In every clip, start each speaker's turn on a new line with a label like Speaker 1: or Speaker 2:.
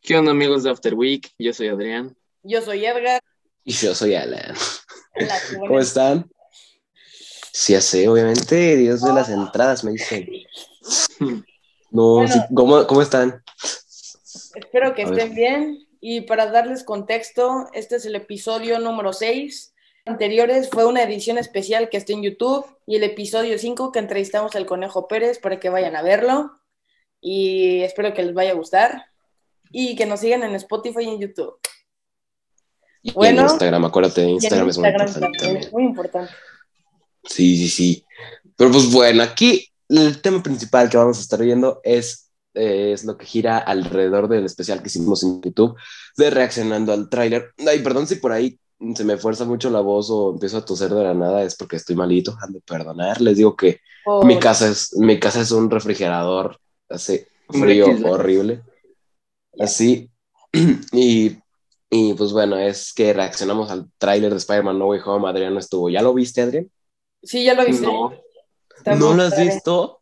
Speaker 1: ¿Qué onda amigos de After Week? Yo soy Adrián.
Speaker 2: Yo soy Edgar.
Speaker 3: Y yo soy Alan.
Speaker 2: La que
Speaker 3: ¿Cómo están? Sí, así, obviamente, Dios de las entradas, me dicen. No,
Speaker 2: Bueno.
Speaker 3: sí, ¿cómo, cómo están?
Speaker 2: Espero que
Speaker 3: A
Speaker 2: estén bien. Y para darles contexto, este es el episodio número 6. Anteriores fue una edición especial que está en YouTube y el episodio 5 que entrevistamos al Conejo Pérez para que vayan a verlo. Y espero que les vaya a gustar y que nos sigan en Spotify y en YouTube.
Speaker 3: Y
Speaker 2: Bueno.
Speaker 3: en Instagram, acuérdate,
Speaker 2: Y en
Speaker 3: Instagram, es muy importante
Speaker 2: también,
Speaker 3: también.
Speaker 2: muy importante.
Speaker 3: Sí, sí, sí. Pero pues bueno, aquí el tema principal que vamos a estar viendo es, eh, es lo que gira alrededor del especial que hicimos en YouTube de reaccionando al tráiler. Ay, perdón si por ahí se me fuerza mucho la voz o empiezo a toser de la nada, es porque estoy malito, han de perdonar. Les digo que
Speaker 2: Por-
Speaker 3: Mi casa es, mi casa es un refrigerador, hace
Speaker 1: Hombre,
Speaker 3: frío
Speaker 1: qué la-
Speaker 3: horrible. Así. Y, y, pues bueno, es que reaccionamos al tráiler de Spider-Man No Way Home. Adrián no estuvo. ¿Ya lo viste, Adrián?
Speaker 2: Sí, ya lo viste.
Speaker 1: No,
Speaker 2: Está
Speaker 3: ¿No
Speaker 2: muy
Speaker 3: lo has
Speaker 2: padre.
Speaker 3: visto?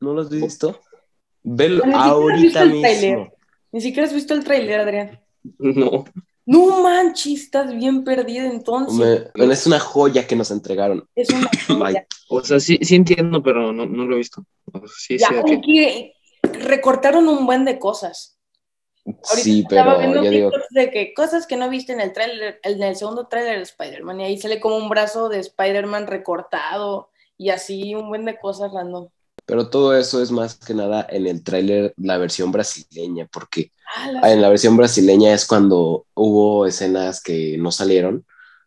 Speaker 3: ¿No lo has visto? Velo
Speaker 2: Ni siquiera he visto
Speaker 3: ahorita
Speaker 2: el tráiler.
Speaker 3: mismo.
Speaker 2: Ni siquiera has visto el tráiler, Adrián.
Speaker 1: no.
Speaker 2: No manches, estás bien perdido entonces.
Speaker 3: Me- bueno, es una joya que nos entregaron.
Speaker 2: Es una joya.
Speaker 1: O sea, sí, sí entiendo, pero no, no lo he visto. O sea, sí,
Speaker 2: Ya,
Speaker 1: sé de qué.
Speaker 2: aquí recortaron un buen de cosas. Ahorita
Speaker 3: sí,
Speaker 2: Estaba
Speaker 3: pero
Speaker 2: viendo
Speaker 3: yo digo,
Speaker 2: TikToks de que cosas que no viste en el tráiler, en el segundo tráiler de Spider-Man, y ahí sale como un brazo de Spider-Man recortado y así un buen de cosas random.
Speaker 3: pero todo eso es más que nada en el tráiler, la versión brasileña, porque
Speaker 2: Ah, la-
Speaker 3: en la versión brasileña es cuando hubo escenas que no salieron.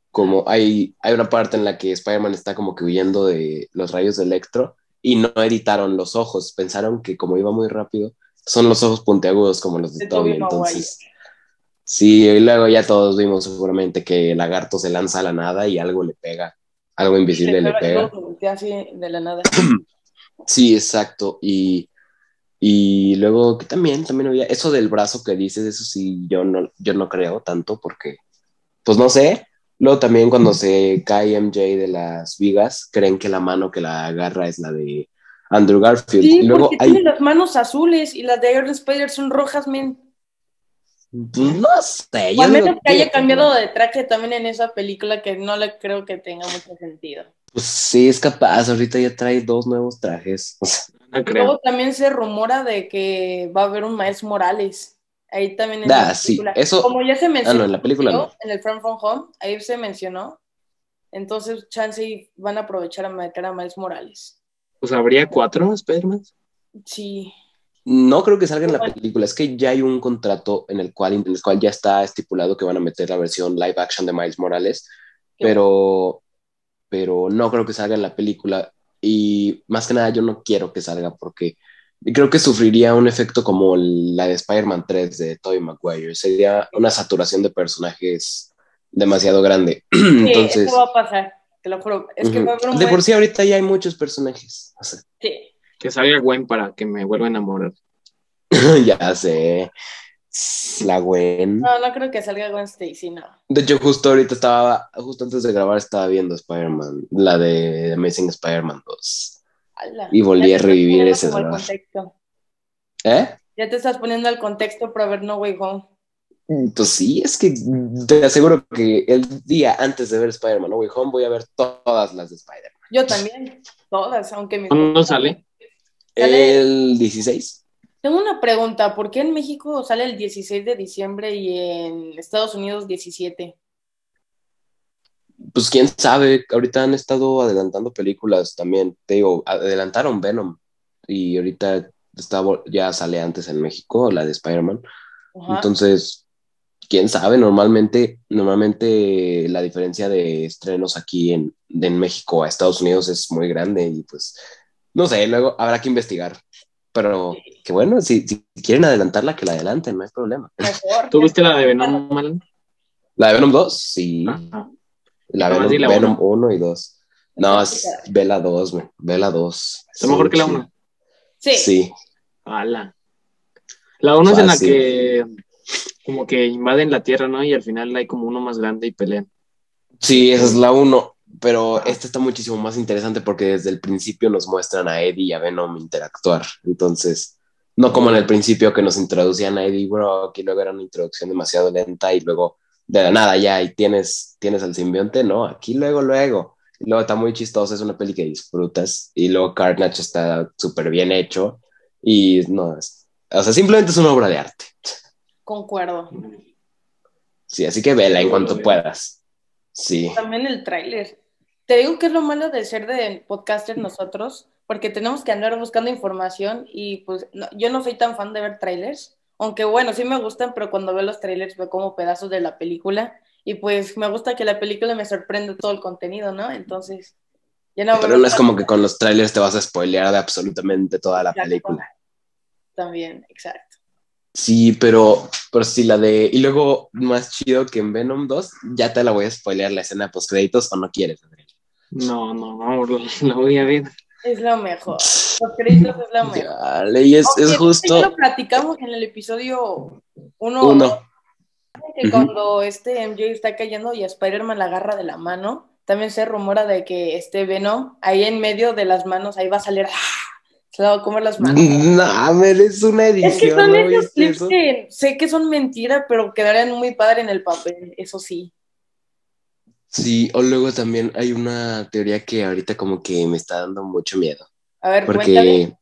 Speaker 3: Como hay, hay una parte en la que Spider-Man está como que huyendo de los rayos de Electro y no editaron los ojos. Pensaron que como iba muy rápido, son los ojos puntiagudos como los de
Speaker 2: De Tobey
Speaker 3: Tommy.
Speaker 2: Maguire.
Speaker 3: Entonces, sí, y luego ya todos vimos seguramente que el lagarto se lanza a la nada y algo le pega. Algo invisible le
Speaker 2: Pero
Speaker 3: pega.
Speaker 2: luego me volteé así de la nada.
Speaker 3: Sí, exacto. Y, y luego que también, también había eso del brazo que dices, eso sí, yo no, yo no creo tanto porque, pues no sé. Luego también cuando se cae MJ de las vigas, creen que la mano que la agarra es la de Andrew Garfield.
Speaker 2: Sí,
Speaker 3: y luego
Speaker 2: porque
Speaker 3: hay,
Speaker 2: tiene las manos azules y las de Iron Spider son rojas, men.
Speaker 3: pues no
Speaker 2: O
Speaker 3: sé. yo
Speaker 2: al
Speaker 3: digo
Speaker 2: menos que
Speaker 3: que-
Speaker 2: haya cambiado de traje también en esa película que no le creo que tenga mucho sentido.
Speaker 3: Pues sí, es capaz. Ahorita ya trae dos nuevos trajes. O sea,
Speaker 1: No creo.
Speaker 2: Luego también se rumora de que va a haber un Miles Morales. Ahí también en
Speaker 3: Ah,
Speaker 2: la
Speaker 3: sí,
Speaker 2: película.
Speaker 3: eso-
Speaker 2: Como ya se
Speaker 3: ah,
Speaker 2: mencionó
Speaker 3: no, en la película no.
Speaker 2: en el Front From Home, ahí se mencionó. Entonces, chance y van a aprovechar a meter a Miles Morales.
Speaker 1: Pues habría cuatro Spider-Man.
Speaker 2: Sí.
Speaker 3: No creo que salga en la
Speaker 2: Bueno.
Speaker 3: película, es que ya hay un contrato en el cual, en el cual ya está estipulado que van a meter la versión live action de Miles Morales,
Speaker 2: Qué
Speaker 3: pero, pero no creo que salga en la película y más que nada yo no quiero que salga porque creo que sufriría un efecto como la de Spider-Man 3 de Tobey Maguire, sería una saturación de personajes demasiado grande.
Speaker 2: Sí,
Speaker 3: Entonces,
Speaker 2: eso va a pasar, te lo juro. Es que
Speaker 3: ujú.
Speaker 2: va a haber un
Speaker 3: de
Speaker 2: buen-
Speaker 3: por sí ahorita ya hay muchos personajes, o sea,
Speaker 2: Sí.
Speaker 1: Que salga Gwen para que me vuelva a enamorar.
Speaker 3: ya sé, la Gwen.
Speaker 2: No, no creo que salga Gwen Stacy, no.
Speaker 3: De hecho, justo ahorita estaba, justo antes de grabar estaba viendo Spider-Man, la de Amazing Spider-Man 2.
Speaker 2: Ala.
Speaker 3: Y volví
Speaker 2: Ya te
Speaker 3: a
Speaker 2: estás
Speaker 3: revivir
Speaker 2: poniendo
Speaker 3: ese
Speaker 2: como al
Speaker 3: dolor.
Speaker 2: contexto.
Speaker 3: ¿Eh?
Speaker 2: Ya te estás poniendo al contexto para ver No Way Home.
Speaker 3: Pues sí, es que te aseguro que el día antes de ver Spider-Man No Way Home voy a ver todas las de Spider-Man.
Speaker 2: Yo también, todas, aunque mi
Speaker 1: ¿Cuándo sale?
Speaker 2: Dale.
Speaker 3: El 16.
Speaker 2: Tengo una pregunta, ¿por qué en México sale el 16 de diciembre y en Estados Unidos 17?
Speaker 3: Pues quién sabe, ahorita han estado adelantando películas también. Te digo, adelantaron Venom y ahorita está, vol- ya sale antes en México la de Spider-Man.
Speaker 1: Ah.
Speaker 2: Ajá.
Speaker 3: Entonces, quién sabe, normalmente, normalmente la diferencia de estrenos aquí en, de en México a Estados Unidos es muy grande y pues, no sé, luego habrá que investigar. Pero que bueno, si, si quieren adelantarla, que la adelanten, no hay problema.
Speaker 2: Mejor.
Speaker 1: ¿Tú viste la de Venom Mal?
Speaker 3: La de Venom 2, sí.
Speaker 1: Ajá.
Speaker 3: La
Speaker 1: Ah,
Speaker 3: Venom,
Speaker 1: sí, la
Speaker 3: Venom 1 y 2. No, es,
Speaker 2: Está
Speaker 3: ve la 2, güey, ve la 2.
Speaker 1: Está mejor que la
Speaker 3: sí.
Speaker 1: 1.
Speaker 2: Sí,
Speaker 3: Sí,
Speaker 1: Ala. La 1 es en la
Speaker 3: Fácil.
Speaker 1: que como que invaden la Tierra, ¿no? Y al final hay como uno más grande y pelean.
Speaker 3: sí, esa es la 1. Pero esta está muchísimo más interesante porque desde el principio nos muestran a Eddie y a Venom interactuar. Entonces, No como en el principio que nos introducían a Eddie Brock y luego era una introducción demasiado lenta y luego de la nada ya y tienes, tienes al simbionte, no, aquí luego, luego. Y luego está muy chistoso, es una peli que disfrutas y luego Carnage está súper bien hecho y no, es- o sea, simplemente es una obra de arte.
Speaker 2: Concuerdo.
Speaker 3: Sí, así que vela en
Speaker 1: Luego lo
Speaker 3: cuanto
Speaker 1: veo.
Speaker 3: puedas. Sí,
Speaker 2: También el tráiler. Te digo que es lo malo de ser de podcaster nosotros, porque tenemos que andar buscando información y pues no- yo no soy tan fan de ver trailers, aunque bueno, sí me gustan, pero cuando veo los trailers veo como pedazos de la película y pues me gusta que la película me sorprenda todo el contenido, ¿no? Entonces, ya no
Speaker 3: pero
Speaker 2: veo
Speaker 3: no es como que con los trailers te vas a spoilear de absolutamente toda la
Speaker 2: Exacto.
Speaker 3: película.
Speaker 2: también, exacto.
Speaker 3: Sí, pero, pero sí, la de. Y luego, más chido que en Venom 2, ya te la voy a spoilear la escena post créditos o no quieres, Adrián.
Speaker 1: No, no, vamos, la, la voy a ver.
Speaker 2: Es lo mejor. Los créditos es lo mejor.
Speaker 3: Dale, y es, es
Speaker 2: Aunque ya
Speaker 3: justo
Speaker 2: lo platicamos en el episodio 1.
Speaker 3: uno.
Speaker 2: que
Speaker 3: Ujú.
Speaker 2: cuando este MJ está cayendo y a Spider-Man la agarra de la mano, también se rumora de que este Venom, ahí en medio de las manos, ahí va a salir, ¡ah! se la va a comer las manos.
Speaker 3: No, a ver, es una edición.
Speaker 2: Es que son
Speaker 3: ¿no
Speaker 2: esos
Speaker 3: viste
Speaker 2: clips
Speaker 3: eso?
Speaker 2: que sé que son mentira, pero quedarían muy padre en el papel, eso sí.
Speaker 3: Sí, o luego también hay una teoría que ahorita como que me está dando mucho miedo.
Speaker 2: A ver, cuéntame.
Speaker 3: Porque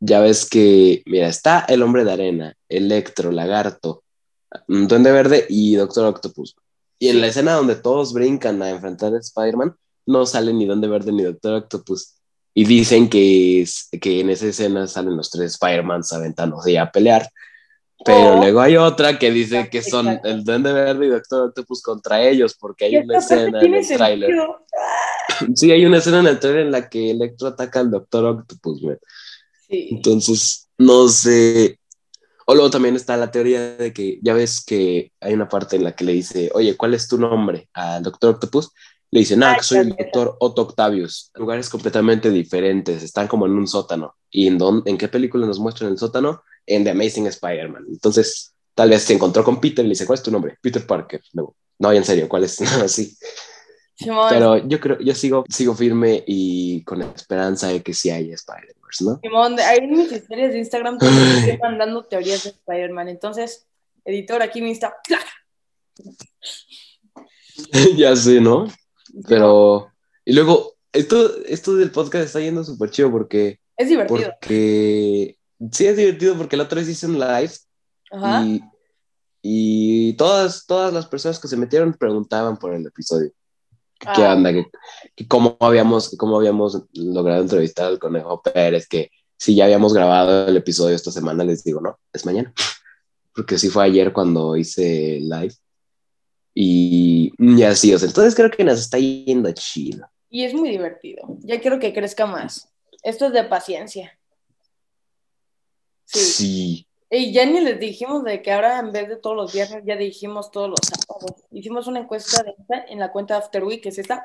Speaker 3: ya ves que, mira, está el hombre de arena, Electro, Lagarto, mm, Duende Verde y Doctor Octopus. Y en la escena donde todos brincan a enfrentar a Spider-Man, no sale ni Duende Verde ni Doctor Octopus. Y dicen que, es- que en esa escena salen los tres Spider-Mans aventándose y a pelear. Pero
Speaker 2: O-
Speaker 3: luego hay otra que dice que son
Speaker 2: Oh. Exacto.
Speaker 3: el Duende Verde y Doctor Octopus contra ellos, porque hay
Speaker 2: Y
Speaker 3: una
Speaker 2: esta parte
Speaker 3: escena en
Speaker 2: tiene
Speaker 3: el tráiler.
Speaker 2: sentido.
Speaker 3: Sí, hay una escena en el tráiler en la que Electro ataca al Doctor Octopus, güey.
Speaker 2: Sí.
Speaker 3: Entonces, no sé. O luego también está la teoría de que ya ves que hay una parte en la que le dice, oye, ¿cuál es tu nombre? Al doctor Octopus. Le dice, nada,
Speaker 2: Ay,
Speaker 3: que soy el
Speaker 2: ya, ya, ya.
Speaker 3: doctor Otto Octavius. Lugares completamente diferentes, están como en un sótano. ¿Y en, dónde, en qué película nos muestran el sótano? En The Amazing Spider-Man. Entonces, tal vez se encontró con Peter y le dice, ¿cuál es tu nombre? Peter Parker. Luego, no, en serio, ¿cuál es? Así.
Speaker 2: Simón,
Speaker 3: Pero yo creo, yo sigo, sigo firme y con esperanza de que sí hay Spider-Verse, ¿no?
Speaker 2: Simón, ahí en mis historias de Instagram te estoy mandando teorías de Spider-Man. Entonces, editor, aquí me insta. ¡plac!
Speaker 3: ya sé, ¿no? Pero. Y luego, esto, esto del podcast está yendo súper chido porque.
Speaker 2: Es divertido.
Speaker 3: Porque. Sí, es divertido porque la otra vez hice un live
Speaker 2: Ajá.
Speaker 3: y. Y todas, todas las personas que se metieron preguntaban por el episodio. ¿Qué
Speaker 2: Ah.
Speaker 3: onda? ¿Qué, qué- cómo, habíamos, cómo habíamos logrado entrevistar al Conejo Pérez? Que si ya habíamos grabado el episodio esta semana, les digo, no, es mañana. Porque sí fue ayer cuando hice live. Y, y así, o sea, entonces creo que nos está yendo chido.
Speaker 2: Y es muy divertido. Ya quiero que crezca más. Esto es de paciencia. Sí.
Speaker 3: Sí.
Speaker 2: Y ya ni les dijimos de que ahora en vez de todos los viernes ya dijimos todos los sábados. Hicimos una encuesta de esta en la cuenta After Week, que es esta.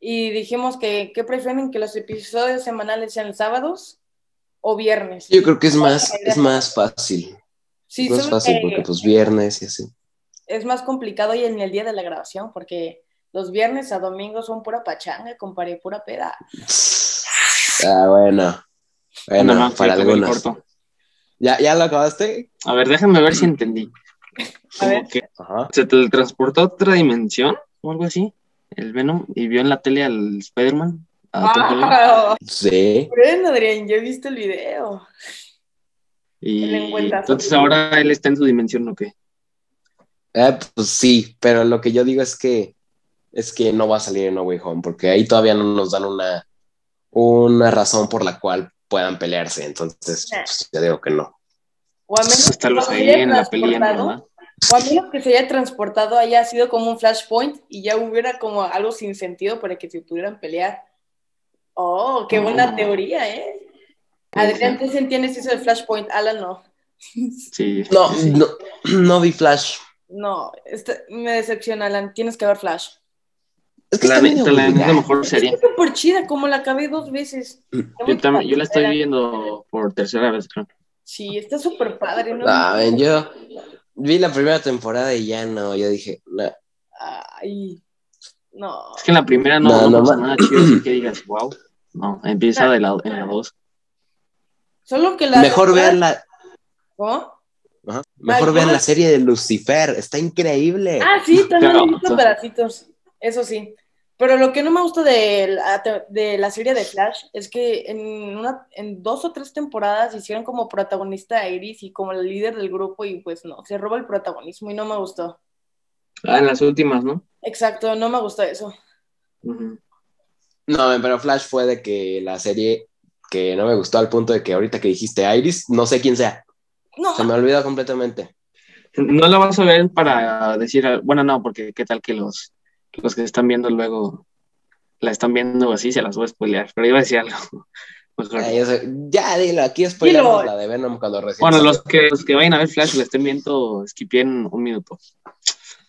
Speaker 2: Y dijimos que, ¿qué prefieren? ¿Que los episodios semanales sean sábados o viernes?
Speaker 3: Yo creo que es más, es más fácil.
Speaker 2: sí,
Speaker 3: es más
Speaker 2: solo
Speaker 3: fácil
Speaker 2: que
Speaker 3: porque pues viernes y así.
Speaker 2: es más complicado y en el día de la grabación, porque los viernes a domingos son pura pachanga, comparé pura peda.
Speaker 3: Ah, bueno. Bueno,
Speaker 1: Nada más,
Speaker 3: para
Speaker 1: ahorita veo el
Speaker 3: algunos.
Speaker 1: corto.
Speaker 3: ¿Ya, ¿Ya lo acabaste?
Speaker 1: A ver, déjame ver si entendí.
Speaker 2: A
Speaker 1: Como
Speaker 2: ver.
Speaker 1: que
Speaker 3: Ajá.
Speaker 1: se teletransportó a otra dimensión o algo así, el Venom, y vio en la tele al Spider-Man. a otro Venom,
Speaker 2: ¡Ah!
Speaker 3: Sí.
Speaker 2: Bueno, Adrián, yo he visto el video. el
Speaker 1: y
Speaker 2: encuentazo.
Speaker 1: entonces ahora él está en su dimensión, ¿o qué?
Speaker 3: Ah, pues sí, pero lo que yo digo es que es que no va a salir en No Way Home, porque ahí todavía no nos dan una, una razón por la cual puedan pelearse. Entonces,
Speaker 2: Nah.
Speaker 3: pues, yo digo que no.
Speaker 2: O a menos
Speaker 1: Hasta los
Speaker 2: que
Speaker 1: ahí
Speaker 2: haya
Speaker 1: en la peli ya
Speaker 2: transportado,
Speaker 1: nada
Speaker 2: O a menos que se haya transportado haya sido como un flashpoint y ya hubiera como algo sin sentido para que se pudieran pelear. Oh, qué buena
Speaker 1: Ah.
Speaker 2: teoría, ¿eh? Adrián, ¿tú sí entiendes eso del flashpoint? Alan, no.
Speaker 1: Sí.
Speaker 3: No,
Speaker 1: sí.
Speaker 3: no, no vi Flash.
Speaker 2: No, este- me decepciona, Alan. Tienes que ver Flash.
Speaker 3: Es que
Speaker 1: La
Speaker 3: está medio
Speaker 1: neta, la
Speaker 3: aburrida.
Speaker 1: neta mejor sería.
Speaker 2: Es súper chida, como la acabé dos veces.
Speaker 1: Yo, también, yo la estoy viendo por tercera vez, creo.
Speaker 2: Sí, está súper padre, ¿no?
Speaker 3: Ah, ven, yo vi la primera temporada y ya no, yo dije, no.
Speaker 2: Ay, no.
Speaker 1: Es que en la primera no,
Speaker 3: No,
Speaker 1: no,
Speaker 3: no
Speaker 1: pasa
Speaker 3: ma-
Speaker 2: Ah.
Speaker 1: nada chido, así que digas, wow. No, empieza de la, en la dos.
Speaker 2: Solo que la.
Speaker 3: Mejor vean la,
Speaker 2: ¿Cómo?
Speaker 3: ajá, mejor
Speaker 2: Ay,
Speaker 3: vean
Speaker 2: ajá.
Speaker 3: la serie de Lucifer, está increíble.
Speaker 2: Ah, sí, también
Speaker 1: Claro,
Speaker 2: he visto
Speaker 1: entonces-
Speaker 2: pedacitos. Eso sí. Pero lo que no me gusta de la, de la serie de Flash es que en, una, en dos o tres temporadas hicieron como protagonista a Iris y como la líder del grupo y pues no, se roba el protagonismo y no me gustó.
Speaker 1: Ah, en las últimas, ¿no?
Speaker 2: Exacto, no me gustó eso.
Speaker 1: Ujú.
Speaker 3: No, pero Flash fue de que la serie que no me gustó al punto de que ahorita que dijiste Iris, no sé quién sea,
Speaker 2: No,
Speaker 3: se me olvidó completamente.
Speaker 1: No la vas a ver para decir, ah, bueno, no, porque qué tal que los, los que están viendo luego la están viendo así, se las voy a spoilear, pero iba a decir algo. Mejor.
Speaker 3: Ay, eso- ya, dilo, aquí es
Speaker 2: Dilo.
Speaker 3: la de Venom cuando recién
Speaker 1: Bueno,
Speaker 3: salió.
Speaker 1: los que, los que vayan a ver Flash y la estén viendo, skipien un minuto.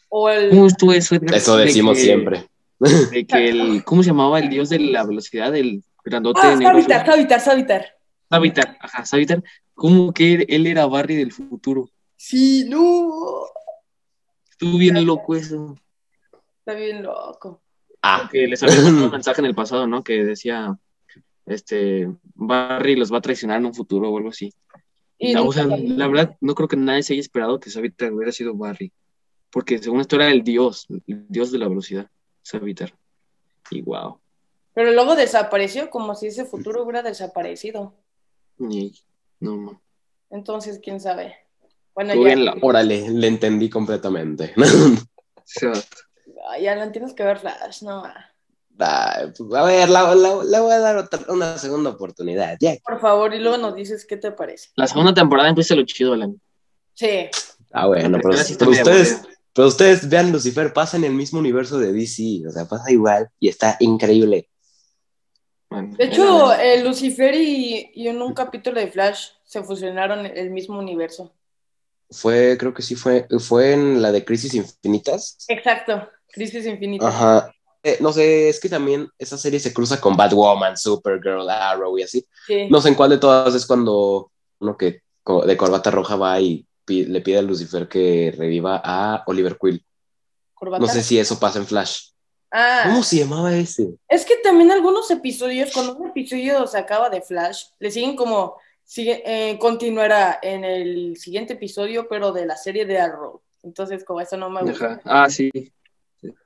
Speaker 2: o el...
Speaker 1: Justo eso, Edgar,
Speaker 3: Eso
Speaker 1: de
Speaker 3: decimos
Speaker 1: que-
Speaker 3: siempre.
Speaker 1: De que el, ¿cómo se llamaba el dios de la velocidad? El grandote
Speaker 2: Ah,
Speaker 1: negro.
Speaker 2: Savitar, Savitar, Savitar.
Speaker 1: Savitar, ajá, Savitar. Como que él era Barry del futuro.
Speaker 2: Sí, no.
Speaker 1: Estuvo bien loco eso.
Speaker 2: Está bien loco.
Speaker 3: Ah,
Speaker 1: Que les había mandado un mensaje en el pasado, ¿no? Que decía, este, Barry los va a traicionar en un futuro o algo así.
Speaker 2: Y
Speaker 1: la, o
Speaker 2: nunca
Speaker 1: sea,
Speaker 2: salió.
Speaker 1: la verdad, no creo que nadie se haya esperado que Savitar hubiera sido Barry. Porque según esto era el dios, el dios de la velocidad, Savitar. Y wow.
Speaker 2: Pero luego desapareció como si ese futuro hubiera desaparecido.
Speaker 1: Y- no, man.
Speaker 2: Entonces, quién sabe. Bueno,
Speaker 1: Estuvo
Speaker 2: ya,
Speaker 1: bien loco.
Speaker 3: órale, le entendí completamente.
Speaker 1: Se va.
Speaker 2: Ay, ya no tienes que ver Flash, no. ma.
Speaker 3: Ay, pues, a ver, la- la- le voy a dar otra- una segunda oportunidad. Ya,
Speaker 2: Por favor, y luego nos dices qué te parece.
Speaker 1: La segunda temporada empieza lo chido, Alan.
Speaker 2: Sí,
Speaker 3: Ah, bueno,
Speaker 1: La
Speaker 3: pero,
Speaker 1: primera sí está
Speaker 3: pero
Speaker 1: medio
Speaker 3: ustedes,
Speaker 1: aburrida.
Speaker 3: pero ustedes vean Lucifer, pasa en el mismo universo de DC, o sea, pasa igual y está increíble.
Speaker 1: Bueno,
Speaker 2: de hecho,
Speaker 1: bueno,
Speaker 2: eh, Lucifer y, y en un capítulo de Flash se fusionaron en el mismo universo.
Speaker 3: Fue, creo que sí fue, fue en la de Crisis Infinitas.
Speaker 2: Exacto, Crisis Infinita.
Speaker 3: Ajá. Eh, no sé, es que también esa serie se cruza con Batwoman, Supergirl, Arrow y así.
Speaker 2: Sí.
Speaker 3: No sé en cuál de todas es cuando uno que co- de corbata roja va y pi- le pide a Lucifer que reviva a Oliver Quill.
Speaker 2: Corbata.
Speaker 3: No sé si eso pasa en Flash.
Speaker 2: Ah,
Speaker 3: ¿Cómo se llamaba ese?
Speaker 2: es que también algunos episodios, cuando un episodio se acaba de Flash, le siguen como, sigue, eh, continuará en el siguiente episodio, pero de la serie de Arrow. Entonces, como eso no me gusta.
Speaker 1: ajá. Ah, sí.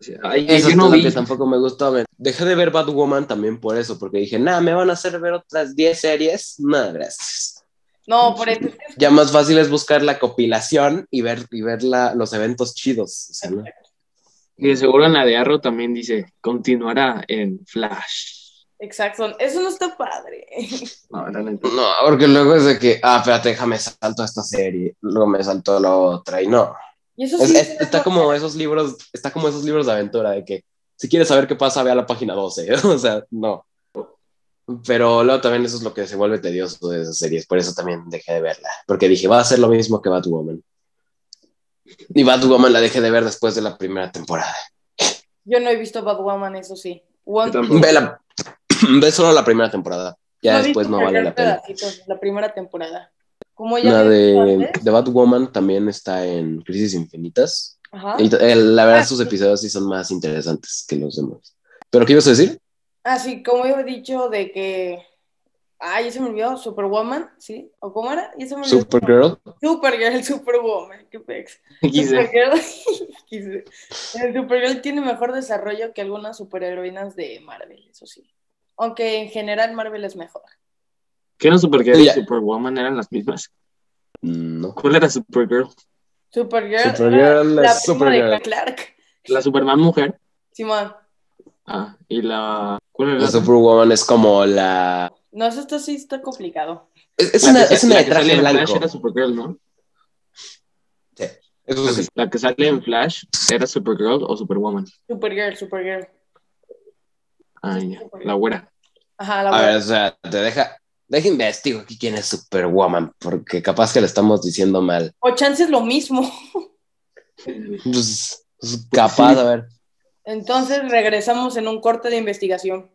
Speaker 1: Sí, Ay,
Speaker 3: Eso
Speaker 1: yo
Speaker 3: es
Speaker 1: no
Speaker 3: lo
Speaker 1: vi.
Speaker 3: que tampoco me gustó. me- Dejé de ver Batwoman también por eso, porque dije, nada, me van a hacer ver otras 10 series. No, gracias.
Speaker 2: No, por eso
Speaker 3: Ya más fácil es buscar la compilación y ver, y ver la- los eventos chidos. o sea, ¿no?
Speaker 1: Y de seguro en la de Arrow también dice, continuará en Flash.
Speaker 2: Exacto, eso no está padre.
Speaker 1: No, realmente.
Speaker 3: No, porque luego es de que, ah, espérate, déjame salto a esta serie, luego me salto a la otra y no.
Speaker 2: Y eso
Speaker 3: Es-
Speaker 2: sí,
Speaker 3: es- está como esos libros, está como esos libros de aventura de que si quieres saber qué pasa, ve a la página 12. o sea, no. Pero luego también eso es lo que se vuelve tedioso de esas series, por eso también dejé de verla, porque dije, va a ser lo mismo que Batwoman. Y Batwoman la dejé de ver después de la primera temporada.
Speaker 2: yo no he visto Batwoman, eso sí. One-
Speaker 1: Yo tampoco.
Speaker 3: Ve, la- ve solo la primera temporada, ya
Speaker 2: no he
Speaker 3: después
Speaker 2: visto
Speaker 3: no vale
Speaker 2: sacar
Speaker 3: la pena.
Speaker 2: pedacitos, la primera temporada. Como ya
Speaker 3: La
Speaker 2: había dicho
Speaker 3: de,
Speaker 2: antes,
Speaker 3: de Batwoman también está en Crisis Infinitas.
Speaker 2: ajá.
Speaker 3: Y t- el- la verdad,
Speaker 2: Ah.
Speaker 3: sus episodios sí son más interesantes que los demás. ¿Pero qué ibas a decir?
Speaker 2: Ah, sí, como yo he dicho de que. Ay, ya se me olvidó, Superwoman, ¿sí? ¿O cómo era? Ya se me olvidó.
Speaker 3: Supergirl.
Speaker 2: Supergirl, Superwoman, qué pex.
Speaker 1: Quise.
Speaker 2: Supergirl, quise. El Supergirl tiene mejor desarrollo que algunas superheroínas de Marvel, eso sí. Aunque en general Marvel es mejor.
Speaker 1: ¿Qué eran Supergirl y
Speaker 3: Ya.
Speaker 1: Superwoman? ¿Eran las mismas?
Speaker 3: Mm, No.
Speaker 1: ¿Cuál era Supergirl?
Speaker 2: Supergirl,
Speaker 3: Supergirl
Speaker 2: era la
Speaker 3: es
Speaker 2: prima de
Speaker 3: Supergirl.
Speaker 2: Clark.
Speaker 1: ¿La Superman mujer?
Speaker 2: Simón,
Speaker 1: Ah, y la... ¿Cuál era
Speaker 3: La
Speaker 1: la otra?
Speaker 3: Superwoman es como la.
Speaker 2: no, eso está, sí está complicado.
Speaker 3: Es, es
Speaker 1: La
Speaker 3: una,
Speaker 1: que-
Speaker 3: es una
Speaker 1: la
Speaker 3: de
Speaker 1: que sale
Speaker 3: traje
Speaker 1: en Flash
Speaker 3: blanco.
Speaker 1: era Supergirl, ¿no?
Speaker 3: Eso sí.
Speaker 1: La que sale en Flash era Supergirl o Superwoman.
Speaker 2: Supergirl, Supergirl.
Speaker 1: Ah,
Speaker 2: Sí,
Speaker 1: ya.
Speaker 2: Supergirl.
Speaker 1: La güera.
Speaker 2: Ajá, la
Speaker 3: A ver,
Speaker 2: verdad.
Speaker 3: o sea, te deja. Deja investigo aquí quién es Superwoman, porque capaz que le estamos diciendo mal.
Speaker 2: O chance es lo mismo.
Speaker 3: Pues, pues, capaz,
Speaker 1: Sí.
Speaker 3: a ver.
Speaker 2: Entonces regresamos en un corte de investigación.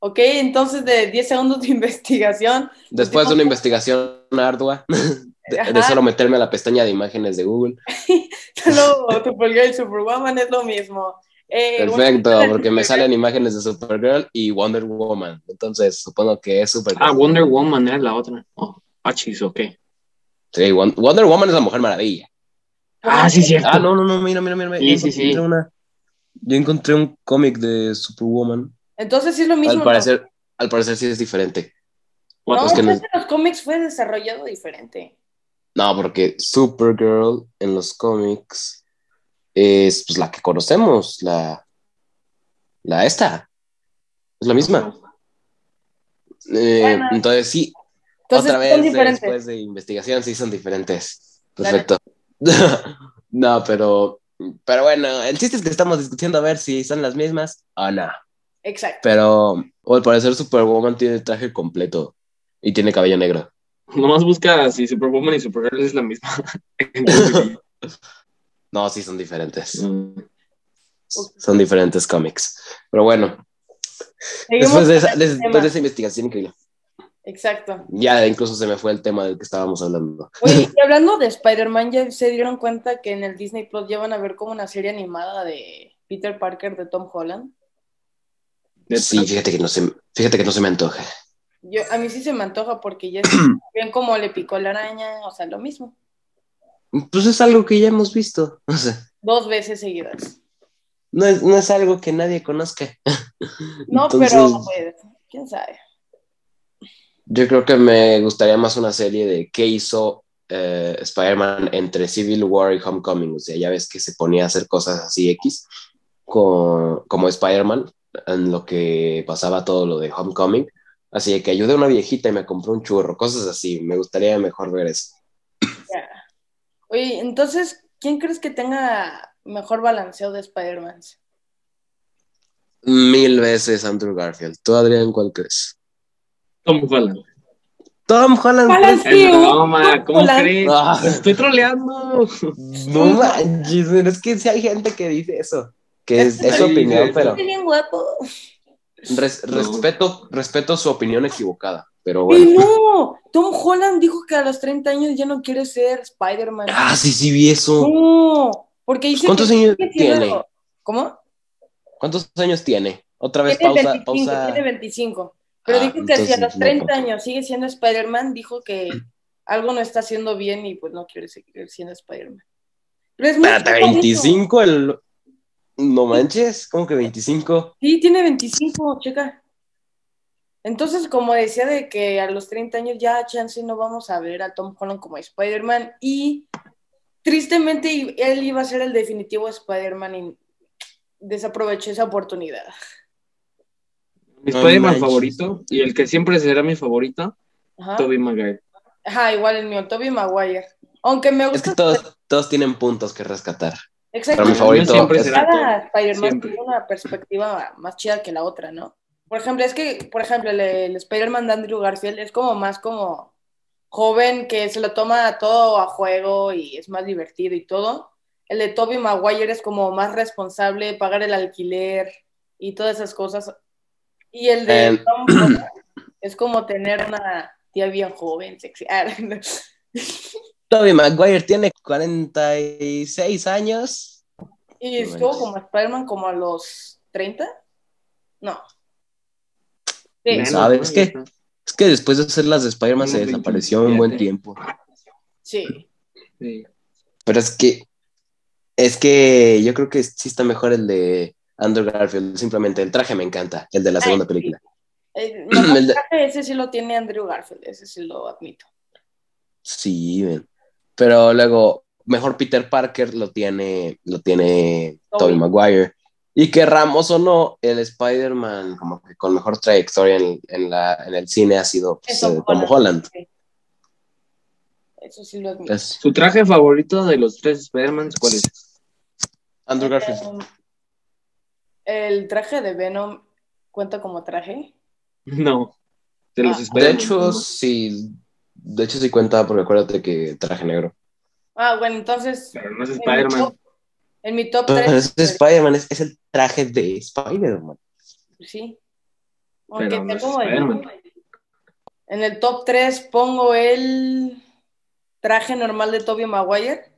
Speaker 2: Ok, entonces de 10 segundos de investigación.
Speaker 3: Después de una investigación ardua, de, de
Speaker 2: Ajá.
Speaker 3: solo meterme a la pestaña de imágenes de Google.
Speaker 2: Solo Supergirl y Superwoman es lo mismo. Eh,
Speaker 3: Perfecto,
Speaker 2: bueno,
Speaker 3: porque me salen imágenes de Supergirl y Wonder Woman. Entonces, supongo que es Supergirl.
Speaker 1: Ah, Wonder Woman era la otra. Oh, ah, chis, ok.
Speaker 3: Sí, Won- Wonder Woman es la Mujer Maravilla.
Speaker 1: Ah, sí, cierto.
Speaker 3: Ah, no, no, no, mira, mira, mira. mira.
Speaker 1: Sí,
Speaker 3: yo,
Speaker 1: sí,
Speaker 3: encontré
Speaker 1: sí.
Speaker 3: Una, yo encontré un cómic de Superwoman.
Speaker 2: Entonces sí es lo mismo.
Speaker 3: Al
Speaker 2: ¿no?
Speaker 3: parecer, al parecer sí es diferente.
Speaker 2: No,
Speaker 1: What the-
Speaker 3: es que no-
Speaker 2: entonces los cómics fue desarrollado diferente.
Speaker 3: No, porque Supergirl en los cómics es pues, la que conocemos, la, la esta. Es la misma. Eh,
Speaker 2: Bueno.
Speaker 3: entonces sí,
Speaker 2: Entonces son
Speaker 3: otra vez de-
Speaker 2: diferentes.
Speaker 3: después de investigación sí son diferentes.
Speaker 2: Claro.
Speaker 3: Perfecto. no, pero, pero bueno, el chiste es que estamos discutiendo a ver si son las mismas o no.
Speaker 2: Exacto.
Speaker 3: Pero o al parecer Superwoman tiene traje completo y tiene cabello negro.
Speaker 1: Nomás busca si Superwoman y Supergirl es la misma. Entonces,
Speaker 3: No, sí son diferentes.
Speaker 1: mm,
Speaker 3: Son diferentes cómics. Pero bueno,
Speaker 2: Seguimos
Speaker 3: después de, esa,
Speaker 2: con el
Speaker 3: des-
Speaker 2: tema.
Speaker 3: después de esa investigación increíble,
Speaker 2: Exacto.
Speaker 3: ya incluso se me fue el tema del que estábamos hablando.
Speaker 2: Oye, y hablando de Spider-Man, ya se dieron cuenta que en el Disney Plus ya van a ver como una serie animada de Peter Parker de Tom Holland.
Speaker 1: de-
Speaker 3: Sí, fíjate que no se, fíjate que no se me antoja.
Speaker 2: Yo, a mí sí se me antoja porque ya es bien como le picó la araña, o sea, lo mismo.
Speaker 3: Pues es algo que ya hemos visto. O sea,
Speaker 2: Dos veces seguidas.
Speaker 3: no es, no es algo que nadie conozca.
Speaker 2: No, pero
Speaker 3: Entonces,
Speaker 2: pues, quién sabe.
Speaker 3: Yo creo que me gustaría más una serie de qué hizo eh, Spider-Man entre Civil War y Homecoming. O sea, ya ves que se ponía a hacer cosas así X con- como Spider-Man en lo que pasaba todo lo de Homecoming. Así de que ayudé a una viejita y me compró un churro, cosas así. Me gustaría mejor ver eso.
Speaker 2: Oye, entonces, ¿quién crees que tenga mejor balanceo de Spider-Man?
Speaker 3: Mil veces Andrew Garfield. ¿Tú, Adrián, cuál crees?
Speaker 1: Tom Holland.
Speaker 3: Tom Holland.
Speaker 2: Alan,
Speaker 3: ¿crees?
Speaker 1: Es
Speaker 2: Sí, un
Speaker 1: broma, ¿cómo
Speaker 2: Holland.
Speaker 1: crees?
Speaker 3: Ah,
Speaker 1: Te Pues, Estoy troleando.
Speaker 3: no manches, es que si hay gente que dice eso. Que es, es su
Speaker 1: Sí,
Speaker 3: opinión,
Speaker 1: sí.
Speaker 3: pero...
Speaker 2: Qué bien guapo.
Speaker 3: Res-
Speaker 1: No.
Speaker 3: respeto, respeto su opinión equivocada, pero
Speaker 2: Y
Speaker 3: bueno.
Speaker 2: no, Tom Holland dijo que a los 30 años ya no quiere ser Spider-Man.
Speaker 3: Ah, sí, sí, vi eso.
Speaker 2: No, porque dice
Speaker 3: ¿Cuántos
Speaker 2: que
Speaker 3: años
Speaker 2: tiene
Speaker 3: tiene?
Speaker 2: 19. ¿Cómo?
Speaker 3: ¿Cuántos años tiene? Otra vez
Speaker 2: tiene,
Speaker 3: pausa,
Speaker 2: 25,
Speaker 3: pausa.
Speaker 2: tiene 25. Pero
Speaker 3: Ah,
Speaker 2: dijo que si a
Speaker 3: entonces,
Speaker 2: los
Speaker 3: no,
Speaker 2: 30 años sigue siendo Spider-Man, dijo que algo no está haciendo bien y pues no quiere seguir siendo Spider-Man. Pero es muy
Speaker 3: Espérate,
Speaker 2: chico,
Speaker 3: 25 el... No manches, ¿cómo que 25?
Speaker 2: Sí, tiene 25, checa. Entonces, como decía de que a los 30 años ya chance no vamos a ver a Tom Holland como Spider-Man y tristemente i- él iba a ser el definitivo Spider-Man y desaprovechó esa oportunidad.
Speaker 1: Mi
Speaker 3: No
Speaker 1: Spider-Man
Speaker 3: manches.
Speaker 1: favorito y el que siempre será mi favorito,
Speaker 2: Ajá.
Speaker 1: Tobey Maguire.
Speaker 2: Ajá, igual el mío, Toby Maguire. Aunque me
Speaker 3: Es
Speaker 2: gusta
Speaker 3: que todos, todos tienen puntos que rescatar.
Speaker 2: exacto,
Speaker 3: Pero mi
Speaker 1: El mío
Speaker 3: favorito
Speaker 1: siempre
Speaker 3: es-
Speaker 1: será Tobey.
Speaker 2: Pues cada Spider-Man
Speaker 1: siempre.
Speaker 2: tiene una perspectiva más chida que la otra, ¿no? Por ejemplo, es que, por ejemplo, el, el Spider-Man de Andrew Garfield es como más como joven que se lo toma todo a juego y es más divertido y todo. El de Toby Maguire es como más responsable, pagar el alquiler y todas esas cosas. Y el de
Speaker 3: Eh,
Speaker 2: Tom Holland es como tener una tía bien joven, sexy. Ah, no.
Speaker 3: Tobey Maguire tiene 46 años.
Speaker 2: Y
Speaker 3: No
Speaker 2: estuvo
Speaker 3: manches.
Speaker 2: como Spider-Man como a los 30? No. Sí.
Speaker 1: Menos,
Speaker 3: ¿Sabes
Speaker 1: ¿no? Yo
Speaker 3: qué?
Speaker 1: creo.
Speaker 3: Es que después de hacer las de Spider-Man se
Speaker 1: Unos
Speaker 3: desapareció un buen tiempo.
Speaker 2: Sí.
Speaker 1: Sí.
Speaker 3: Pero es que, es que yo creo que sí está mejor el de Andrew Garfield. Simplemente el traje me encanta, el de la
Speaker 2: Ay,
Speaker 3: segunda
Speaker 2: sí.
Speaker 3: película.
Speaker 2: El mejor
Speaker 3: El de-
Speaker 2: traje ese sí lo tiene Andrew Garfield, ese sí lo admito.
Speaker 3: Sí, men. pero luego mejor Peter Parker lo tiene, lo tiene
Speaker 2: Tobey.
Speaker 3: Tobey Maguire. Y que Ramos o no, el Spider-Man como que con mejor trayectoria en, en la, en el cine ha sido pues,
Speaker 2: Es Tom
Speaker 3: eh, Tom
Speaker 2: Holland.
Speaker 3: Holland.
Speaker 2: Eso sí lo admito.
Speaker 3: Es
Speaker 1: ¿Su traje favorito de los tres Spider-Man cuál es?
Speaker 3: Andrew Garfield.
Speaker 2: Um, El traje de Venom cuenta como traje.
Speaker 1: No. De los
Speaker 2: Ah.
Speaker 3: De
Speaker 1: Spider-Man.
Speaker 3: hecho, sí, de hecho sí cuenta porque acuérdate que traje negro.
Speaker 2: Ah, bueno, entonces.
Speaker 1: Pero no es
Speaker 2: En mi
Speaker 1: Spider-Man.
Speaker 2: top, en mi top
Speaker 3: Pero
Speaker 2: 3.
Speaker 3: Ah, es Spider-Man, es, es el traje de Spider-Man.
Speaker 2: pues Sí. Aunque
Speaker 1: Pero no
Speaker 2: está
Speaker 1: es
Speaker 3: pues,
Speaker 2: como de-
Speaker 1: Spider-Man.
Speaker 2: En el top 3 pongo el traje normal de Tobey Maguire.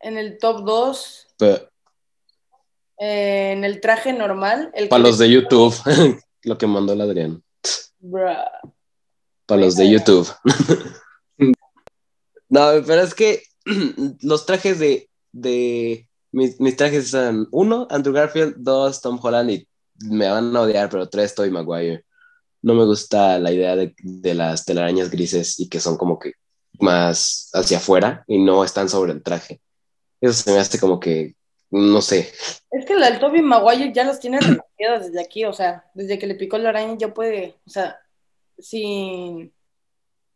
Speaker 2: En el top 2
Speaker 3: Pero,
Speaker 2: eh, en el traje normal. El
Speaker 3: Para
Speaker 2: que-
Speaker 3: los de YouTube, lo que mandó el Adrián.
Speaker 2: Bruh.
Speaker 3: Para los de YouTube. no, pero es que los trajes de. de mis, mis trajes son: uno, Andrew Garfield, dos, Tom Holland, y me van a odiar, pero tres, Tobey Maguire. No me gusta la idea de, de las telarañas grises y que son como que más hacia afuera y no están sobre el traje. Eso se me hace como que. No sé.
Speaker 2: Es que la del Toby Maguire ya los tiene reconocidas desde aquí, o sea, desde que le picó la araña ya puede, o sea, sin,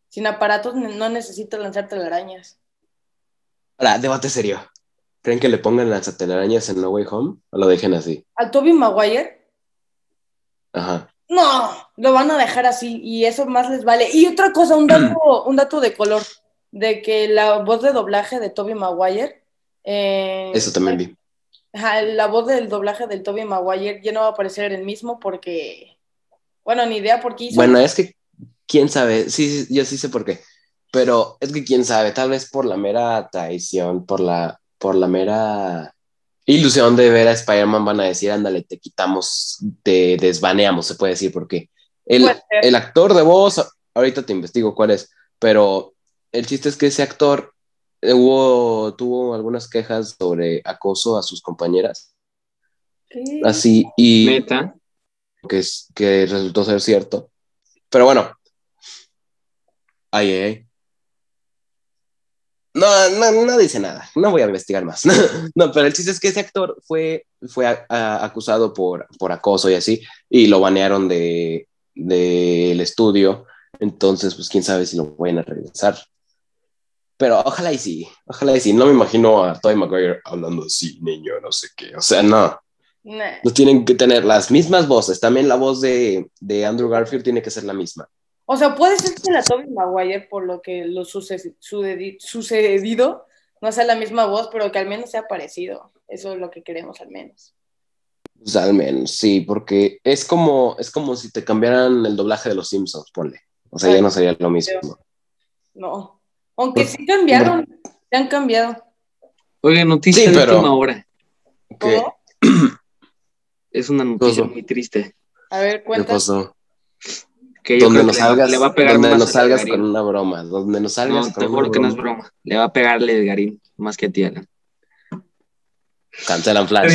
Speaker 2: sin aparatos ne- no necesita lanzar telarañas.
Speaker 3: Ahora, debate serio. ¿Creen que le pongan las telarañas en No Way Home o lo dejen así?
Speaker 2: ¿Al Toby Maguire?
Speaker 3: Ajá.
Speaker 2: No, lo van a dejar así y eso más les vale. Y otra cosa, un dato, un dato de color, de que la voz de doblaje de Toby Maguire... eh,
Speaker 3: Eso también vi.
Speaker 2: Ajá, la voz del doblaje del Toby Maguire ya no va a aparecer el mismo porque, bueno, ni idea por qué hizo.
Speaker 3: Bueno, es que quién sabe, sí, sí, yo sí sé por qué, pero es que quién sabe, tal vez por la mera traición, por la, por la mera ilusión de ver a Spider-Man van a decir, ándale, te quitamos, te desbaneamos, se puede decir, porque el,
Speaker 2: Puede ser.
Speaker 3: el actor de voz, ahorita te investigo cuál es, pero el chiste es que ese actor eh, hubo, tuvo algunas quejas sobre acoso a sus compañeras,
Speaker 2: ¿Qué?
Speaker 3: así, y
Speaker 1: Neta.
Speaker 3: que, es- que resultó ser cierto. Pero bueno. Ay, ay, ay. No, no, no dice nada. No voy a investigar más. no, pero el chiste es que ese actor fue, fue a- a- acusado por, por acoso y así, y lo banearon de, del estudio. Entonces, pues quién sabe si lo vayan a regresar. Pero ojalá y sí, ojalá y sí. No me imagino a Tobey Maguire hablando así, niño, no sé qué. O sea, no.
Speaker 2: Nah.
Speaker 3: No tienen que tener las mismas voces. También la voz de, de Andrew Garfield tiene que ser la misma.
Speaker 2: O sea, puede ser que la Toby Maguire, por lo que lo suce- sucedi- sucedido, no sea la misma voz, pero que al menos sea parecido. Eso es lo que queremos al menos.
Speaker 3: O sea, al menos, sí, porque es como, es como si te cambiaran el doblaje de los Simpsons, ponle. O sea, ya no sería lo mismo.
Speaker 2: No. Aunque
Speaker 3: Pues,
Speaker 2: sí cambiaron, se han cambiado.
Speaker 1: Oye, noticia
Speaker 3: Sí,
Speaker 1: de
Speaker 3: pero-
Speaker 1: última hora.
Speaker 3: ¿Qué?
Speaker 2: ¿Cómo?
Speaker 1: Es una noticia
Speaker 3: Ojo.
Speaker 1: muy triste.
Speaker 2: A ver,
Speaker 3: ¿Qué
Speaker 2: cuéntanos.
Speaker 3: pasó?
Speaker 1: Que yo
Speaker 3: Donde
Speaker 1: creo
Speaker 3: nos
Speaker 1: que
Speaker 3: salgas,
Speaker 1: le va a pegar
Speaker 3: donde
Speaker 1: más
Speaker 3: nos
Speaker 1: a
Speaker 3: salgas
Speaker 1: Garín.
Speaker 3: con una broma. Donde nos salgas
Speaker 1: No,
Speaker 3: con
Speaker 1: te
Speaker 3: una
Speaker 1: juro que no es
Speaker 3: broma.
Speaker 1: broma. Le va a pegarle de Garín, más que a ti, Alan.
Speaker 3: Cancelan Flash.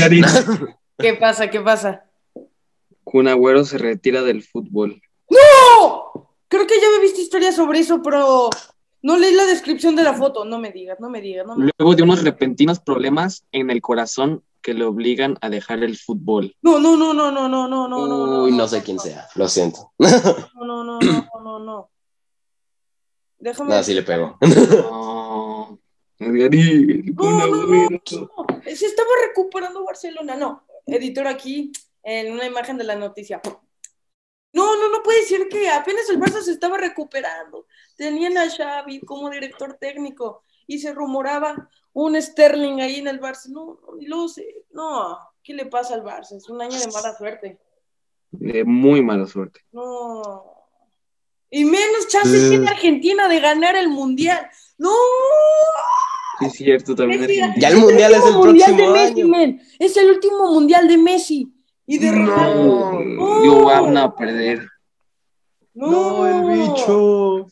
Speaker 2: ¿Qué pasa? ¿Qué pasa?
Speaker 1: Kun Agüero se retira del fútbol.
Speaker 2: ¡No! Creo que ya me viste historia sobre eso, pero no leí la descripción de la foto. No me digas, no me digas, no me
Speaker 1: Luego de unos repentinos problemas en el corazón que le obligan a dejar el fútbol.
Speaker 2: No, no, no, no, no, no, no, no, no, no.
Speaker 3: Uy, no sé quién sea. Lo siento.
Speaker 2: No, no, no, no, no, no. Déjame.
Speaker 3: No, sí le pegó.
Speaker 1: No, Garín, Kun
Speaker 2: No, no,
Speaker 1: Agüero.
Speaker 2: no, se estaba recuperando Barcelona, no. Editor aquí, en una imagen de la noticia. No, no, no puede decir que apenas el Barça se estaba recuperando. Tenían a Xavi como director técnico y se rumoraba un Sterling ahí en el Barça. No, no, y luego se- no, ¿qué le pasa al Barça? Es un año de mala suerte.
Speaker 1: De muy mala suerte.
Speaker 2: No. Y menos chances tiene Argentina de ganar el Mundial. No,
Speaker 1: Sí, es cierto, también
Speaker 2: Messi,
Speaker 1: Argentina.
Speaker 3: Ya el mundial es el
Speaker 2: último mundial de
Speaker 3: próximo
Speaker 2: Messi,
Speaker 3: año.
Speaker 2: men. Es el último mundial de Messi. Y de Ronaldo.
Speaker 1: No, yo van a perder.
Speaker 2: No, Oh.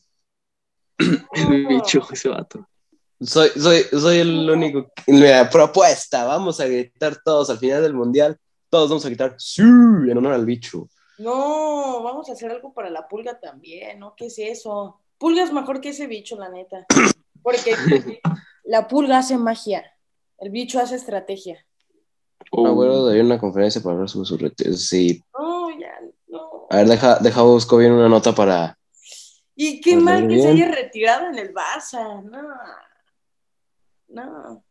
Speaker 1: El bicho, ese vato.
Speaker 3: Ah, Soy, soy, soy el único. que- Mira, propuesta. Vamos a gritar todos al final del mundial. Todos vamos a gritar sí en honor al bicho.
Speaker 2: No, vamos a hacer algo para la pulga también, ¿no? ¿Qué es eso? Pulga es mejor que ese bicho, la neta. Porque la pulga hace magia. El bicho hace estrategia.
Speaker 1: Oh,
Speaker 3: Agüero daría una conferencia para hablar sobre su retiro. Sí.
Speaker 2: No, ya, no.
Speaker 3: A ver, deja, deja busco bien una nota para.
Speaker 2: Y qué
Speaker 3: Pues
Speaker 2: mal
Speaker 3: muy
Speaker 2: que se
Speaker 3: bien.
Speaker 2: haya retirado en el Barça. No. No.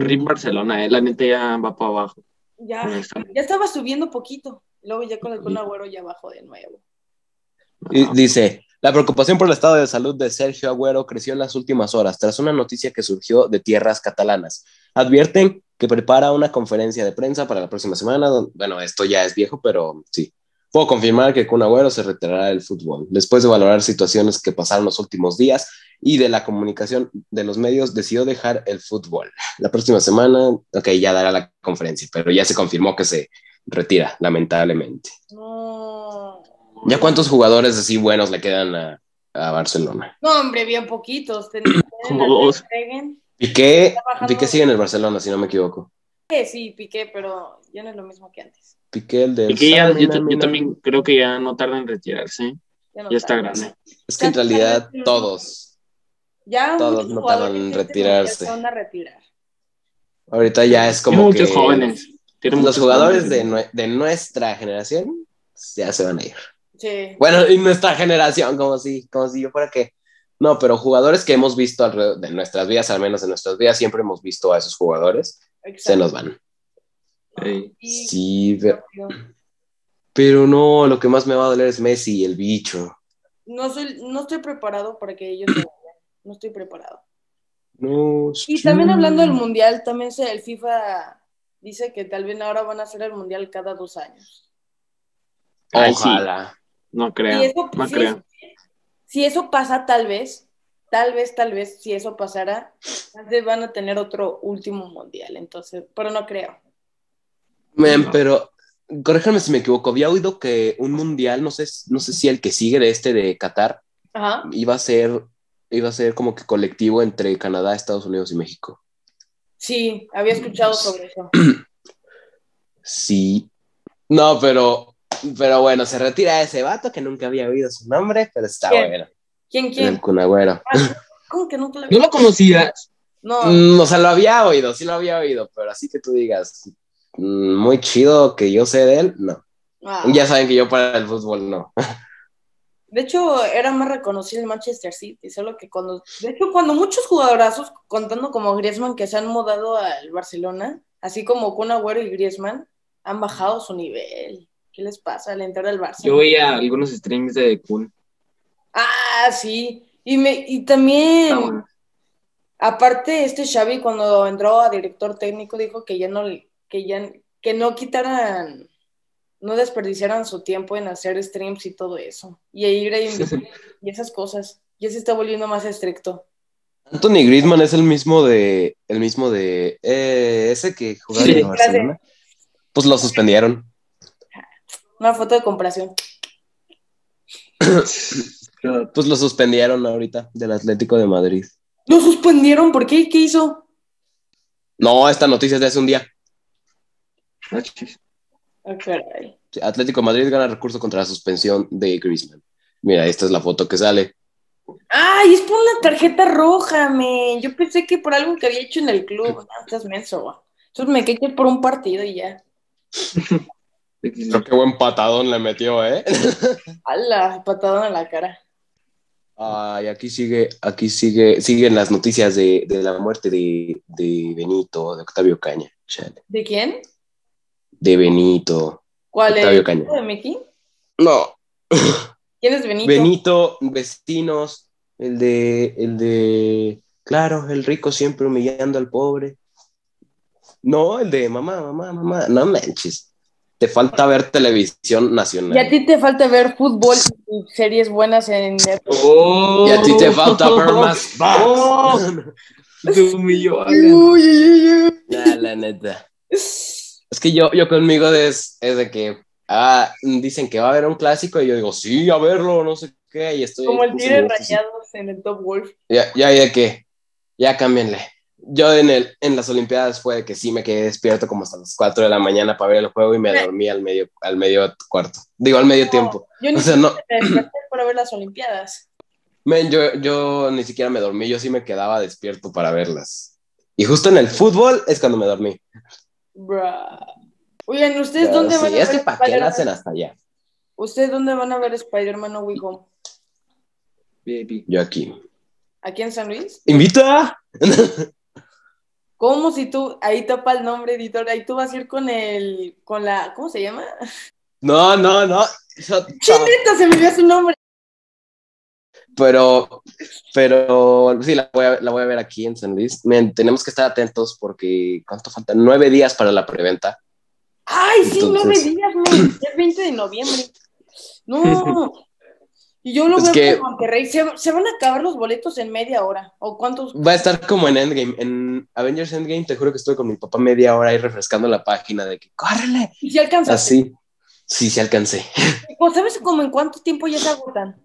Speaker 1: RIP Barcelona, eh, la neta ya va para abajo.
Speaker 2: Ya.
Speaker 1: honestamente.
Speaker 2: Ya estaba subiendo poquito. Luego ya con el Kun Agüero ya bajó de nuevo.
Speaker 3: Y dice. La preocupación por el estado de salud de Sergio Agüero creció en las últimas horas tras una noticia que surgió de tierras catalanas. Advierten que prepara una conferencia de prensa para la próxima semana. don- Bueno, esto ya es viejo, pero sí. Puedo confirmar que Kun Agüero se retirará del fútbol. Después de valorar situaciones que pasaron los últimos días y de la comunicación de los medios, decidió dejar el fútbol. La próxima semana, ok, ya dará la conferencia, pero ya se confirmó que se retira, lamentablemente.
Speaker 2: No.
Speaker 3: ¿Ya cuántos jugadores así buenos le quedan a, a Barcelona?
Speaker 2: No, hombre, bien poquitos. Ten- ten-
Speaker 1: Como
Speaker 2: ten-
Speaker 1: dos.
Speaker 2: entreguen.
Speaker 3: Piqué,
Speaker 2: Está bajando.
Speaker 3: Piqué sigue en el Barcelona, si no me equivoco.
Speaker 2: Eh, Sí, piqué, pero ya no es lo mismo que antes.
Speaker 3: Piqué, el de...
Speaker 1: Y que ya- yo, ta- yo también creo que ya no tarda en retirarse.
Speaker 2: Ya, no
Speaker 1: Ya está
Speaker 2: tarda.
Speaker 1: grande.
Speaker 3: Es que en realidad todos,
Speaker 2: Ya
Speaker 3: Todos
Speaker 2: muchos
Speaker 3: no
Speaker 2: jugadores
Speaker 3: tardan en
Speaker 2: de este
Speaker 3: retirarse.
Speaker 2: mundial Se van a retirar.
Speaker 3: Ahorita ya es
Speaker 1: Tiene
Speaker 3: como que
Speaker 1: muchos jóvenes. tiene
Speaker 3: los
Speaker 1: muchos
Speaker 3: jugadores de,
Speaker 1: jóvenes.
Speaker 3: nue- de nuestra generación pues, ya se van a ir.
Speaker 2: Sí.
Speaker 3: Bueno, y nuestra generación, como si, como si yo fuera que... No, pero jugadores que hemos visto alrededor de nuestras vidas, al menos en nuestras vidas, siempre hemos visto a esos jugadores, se
Speaker 2: exacto.
Speaker 3: nos van.
Speaker 1: Sí.
Speaker 2: Sí,
Speaker 3: Sí, pero,
Speaker 2: yo-
Speaker 3: pero no, lo que más me va a doler es Messi, el bicho.
Speaker 2: No, soy, no estoy preparado para que ellos se vayan. No estoy preparado.
Speaker 3: No.
Speaker 2: Y también hablando del mundial, también se- el FIFA dice que tal vez ahora van a hacer el mundial cada dos años.
Speaker 1: Ay, sí,
Speaker 3: Ojalá.
Speaker 1: no creo.
Speaker 2: Si eso,
Speaker 1: no
Speaker 2: si
Speaker 1: creo.
Speaker 2: eso- si eso pasa, tal vez, tal vez, tal vez, si eso pasara, antes van a tener otro último mundial. Entonces, pero no creo.
Speaker 3: Men,
Speaker 1: No.
Speaker 3: pero corréjame si me equivoco. Había oído que un mundial, no sé, no sé si el que sigue de este de Qatar,
Speaker 2: Ajá.
Speaker 3: iba a ser, iba a ser como que colectivo entre Canadá, Estados Unidos y México.
Speaker 2: Sí, había escuchado sobre eso.
Speaker 3: Sí. No, pero, pero bueno, se retira ese vato que nunca había oído su nombre, pero está
Speaker 2: ¿Quién?
Speaker 3: bueno.
Speaker 2: ¿Quién,
Speaker 3: El
Speaker 2: quién?
Speaker 3: Kun Agüero.
Speaker 2: ¿Cómo que nunca lo
Speaker 1: ¿No
Speaker 2: había-
Speaker 1: lo conocías?
Speaker 2: No,
Speaker 3: Mm, o sea, lo había oído, sí lo había oído, pero así que tú digas, mm, muy chido que yo sé de él, no.
Speaker 2: ah.
Speaker 3: Ya saben que yo para el fútbol no.
Speaker 2: De hecho, era más reconocido el Manchester City, solo que cuando, de hecho, cuando muchos jugadorazos, contando como Griezmann, que se han mudado al Barcelona, así como Kun Agüero y Griezmann, han bajado su nivel. ¿Qué les pasa al entrar al
Speaker 1: Yo
Speaker 2: Barcelona?
Speaker 1: veía algunos streams de Kun.
Speaker 2: Ah, sí. Y, me, y también,
Speaker 1: Está bueno.
Speaker 2: aparte, este Xavi cuando entró a director técnico dijo que ya no, le- que ya, que no quitaran, no desperdiciaran su tiempo en hacer streams y todo eso. Y ir a invitar y esas cosas. Ya se está volviendo más estricto.
Speaker 3: Anthony Griezmann es el mismo de, el mismo de, eh, ese que jugaba
Speaker 1: Sí,
Speaker 3: en el Barcelona. Pues lo suspendieron.
Speaker 2: Una foto de comparación.
Speaker 3: Pues lo suspendieron ahorita del Atlético de Madrid.
Speaker 2: ¿Lo suspendieron? ¿Por qué? ¿Qué hizo?
Speaker 3: No, esta noticia es de hace un día.
Speaker 1: Ah, chis.
Speaker 2: Ah, caray.
Speaker 3: Atlético de Madrid gana recurso contra la suspensión de Griezmann. Mira, esta es la foto que sale.
Speaker 2: Ay, es por una tarjeta roja, me. Yo pensé que por algo que había hecho en el club. No, estás menso, güey. Entonces me quedé por un partido y ya.
Speaker 3: Pero qué buen patadón le metió, ¿eh?
Speaker 2: Ala, patadón en la cara.
Speaker 3: Ay, aquí sigue, aquí sigue, siguen las noticias de, de la muerte de, de Benito, de Octavio Caña. Chale.
Speaker 2: ¿De quién?
Speaker 3: De Benito.
Speaker 2: ¿Cuál es?
Speaker 3: Octavio Caña.
Speaker 2: ¿De Miki?
Speaker 3: No,
Speaker 2: ¿Quién es Benito?
Speaker 3: Benito, vecinos, el de, el de, claro, el rico siempre humillando al pobre. No, el de mamá, mamá, mamá, no manches. Te falta ver televisión nacional.
Speaker 2: Y a ti te falta ver fútbol y series buenas en.
Speaker 1: Oh.
Speaker 3: Y a ti te falta ver más.
Speaker 1: Oh. Se humilló, Alan.
Speaker 2: Uy, uy, uy,
Speaker 3: Nah, la neta.
Speaker 2: uy.
Speaker 3: Es que yo, yo conmigo es, es de que, ah, dicen que va a haber un clásico y yo digo, sí, a verlo, no sé qué, y estoy...
Speaker 2: Como el
Speaker 3: quince
Speaker 2: tigre
Speaker 3: minutos y-
Speaker 2: rayados en el Top Wolf.
Speaker 3: Ya, ya, ya que, ya cámbienle. Yo en, el, en las Olimpiadas fue de que sí me quedé despierto como hasta las 4 de la mañana para ver el juego y me
Speaker 2: Me-
Speaker 3: dormí al medio, al medio cuarto. Digo, al medio tiempo.
Speaker 2: Yo ni
Speaker 3: O sea, no,
Speaker 2: me desperté para ver las Olimpiadas.
Speaker 3: men, yo, yo ni siquiera me dormí, yo sí me quedaba despierto para verlas. Y justo en el fútbol es cuando me dormí.
Speaker 2: Bruh. Oigan, ¿ustedes
Speaker 3: Pero
Speaker 2: dónde
Speaker 3: sí,
Speaker 2: van a
Speaker 3: es
Speaker 2: ver
Speaker 3: que para qué
Speaker 2: Spider-Man?
Speaker 3: nacen hasta allá.
Speaker 2: ¿Ustedes dónde van a ver Spider-Man No Way Home?
Speaker 1: Baby.
Speaker 3: Yo aquí.
Speaker 2: ¿Aquí en San Luis?
Speaker 3: ¡Invita!
Speaker 2: ¿Cómo si tú, ahí tapa el nombre, editor, ahí tú vas a ir con el, con la, ¿cómo se llama?
Speaker 3: No, no, no. Shut up.
Speaker 2: ¡Neta, se me dio su nombre!
Speaker 3: Pero, pero sí, la voy, a, la voy a ver aquí en San Luis. Men, tenemos que estar atentos porque ¿cuánto faltan? Nueve días para la preventa.
Speaker 2: ¡Ay, sí,
Speaker 3: Entonces-
Speaker 2: nueve días, güey! Es 20 de noviembre. No. Y yo lo
Speaker 3: Es
Speaker 2: veo
Speaker 3: que-
Speaker 2: en Monterrey. Se, se van a acabar los boletos en media hora. ¿O cuántos?
Speaker 3: Va a estar como en Endgame. En Avengers Endgame, te juro que estuve con mi papá media hora ahí refrescando la página de que ¡córrele!
Speaker 2: Y si alcanzan.
Speaker 3: Así. Sí, sí alcancé.
Speaker 2: Pues, ¿Sabes como en cuánto tiempo ya se agotan?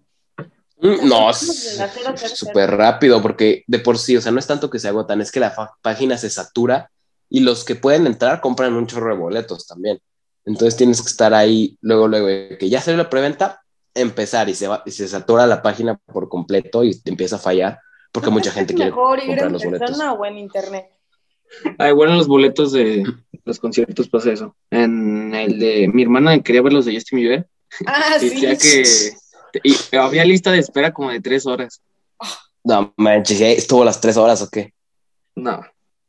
Speaker 3: Mm, No,
Speaker 2: De la cero, cero,
Speaker 3: es súper rápido porque de por sí, o sea, no es tanto que se agotan, es que la fa- página se satura y los que pueden entrar compran un chorro de boletos también. Entonces tienes que estar ahí luego, luego, de que ya salió la preventa, empezar y se, va, y se satura la página por completo y te empieza a fallar porque
Speaker 2: ¿Tú
Speaker 3: mucha
Speaker 2: crees que
Speaker 3: gente
Speaker 2: es
Speaker 3: quiere
Speaker 2: mejor ir
Speaker 3: comprar
Speaker 2: en
Speaker 3: los
Speaker 2: persona
Speaker 3: boletos.
Speaker 2: o en internet?
Speaker 1: Ah, igual en los boletos de los conciertos pasa eso. En el de mi hermana quería ver los de Justin Bieber
Speaker 2: Ah,
Speaker 1: y
Speaker 2: sí.
Speaker 1: decía que y había lista de espera como de tres horas.
Speaker 3: No manches, ¿y ahí ¿estuvo las tres horas o qué?
Speaker 1: No,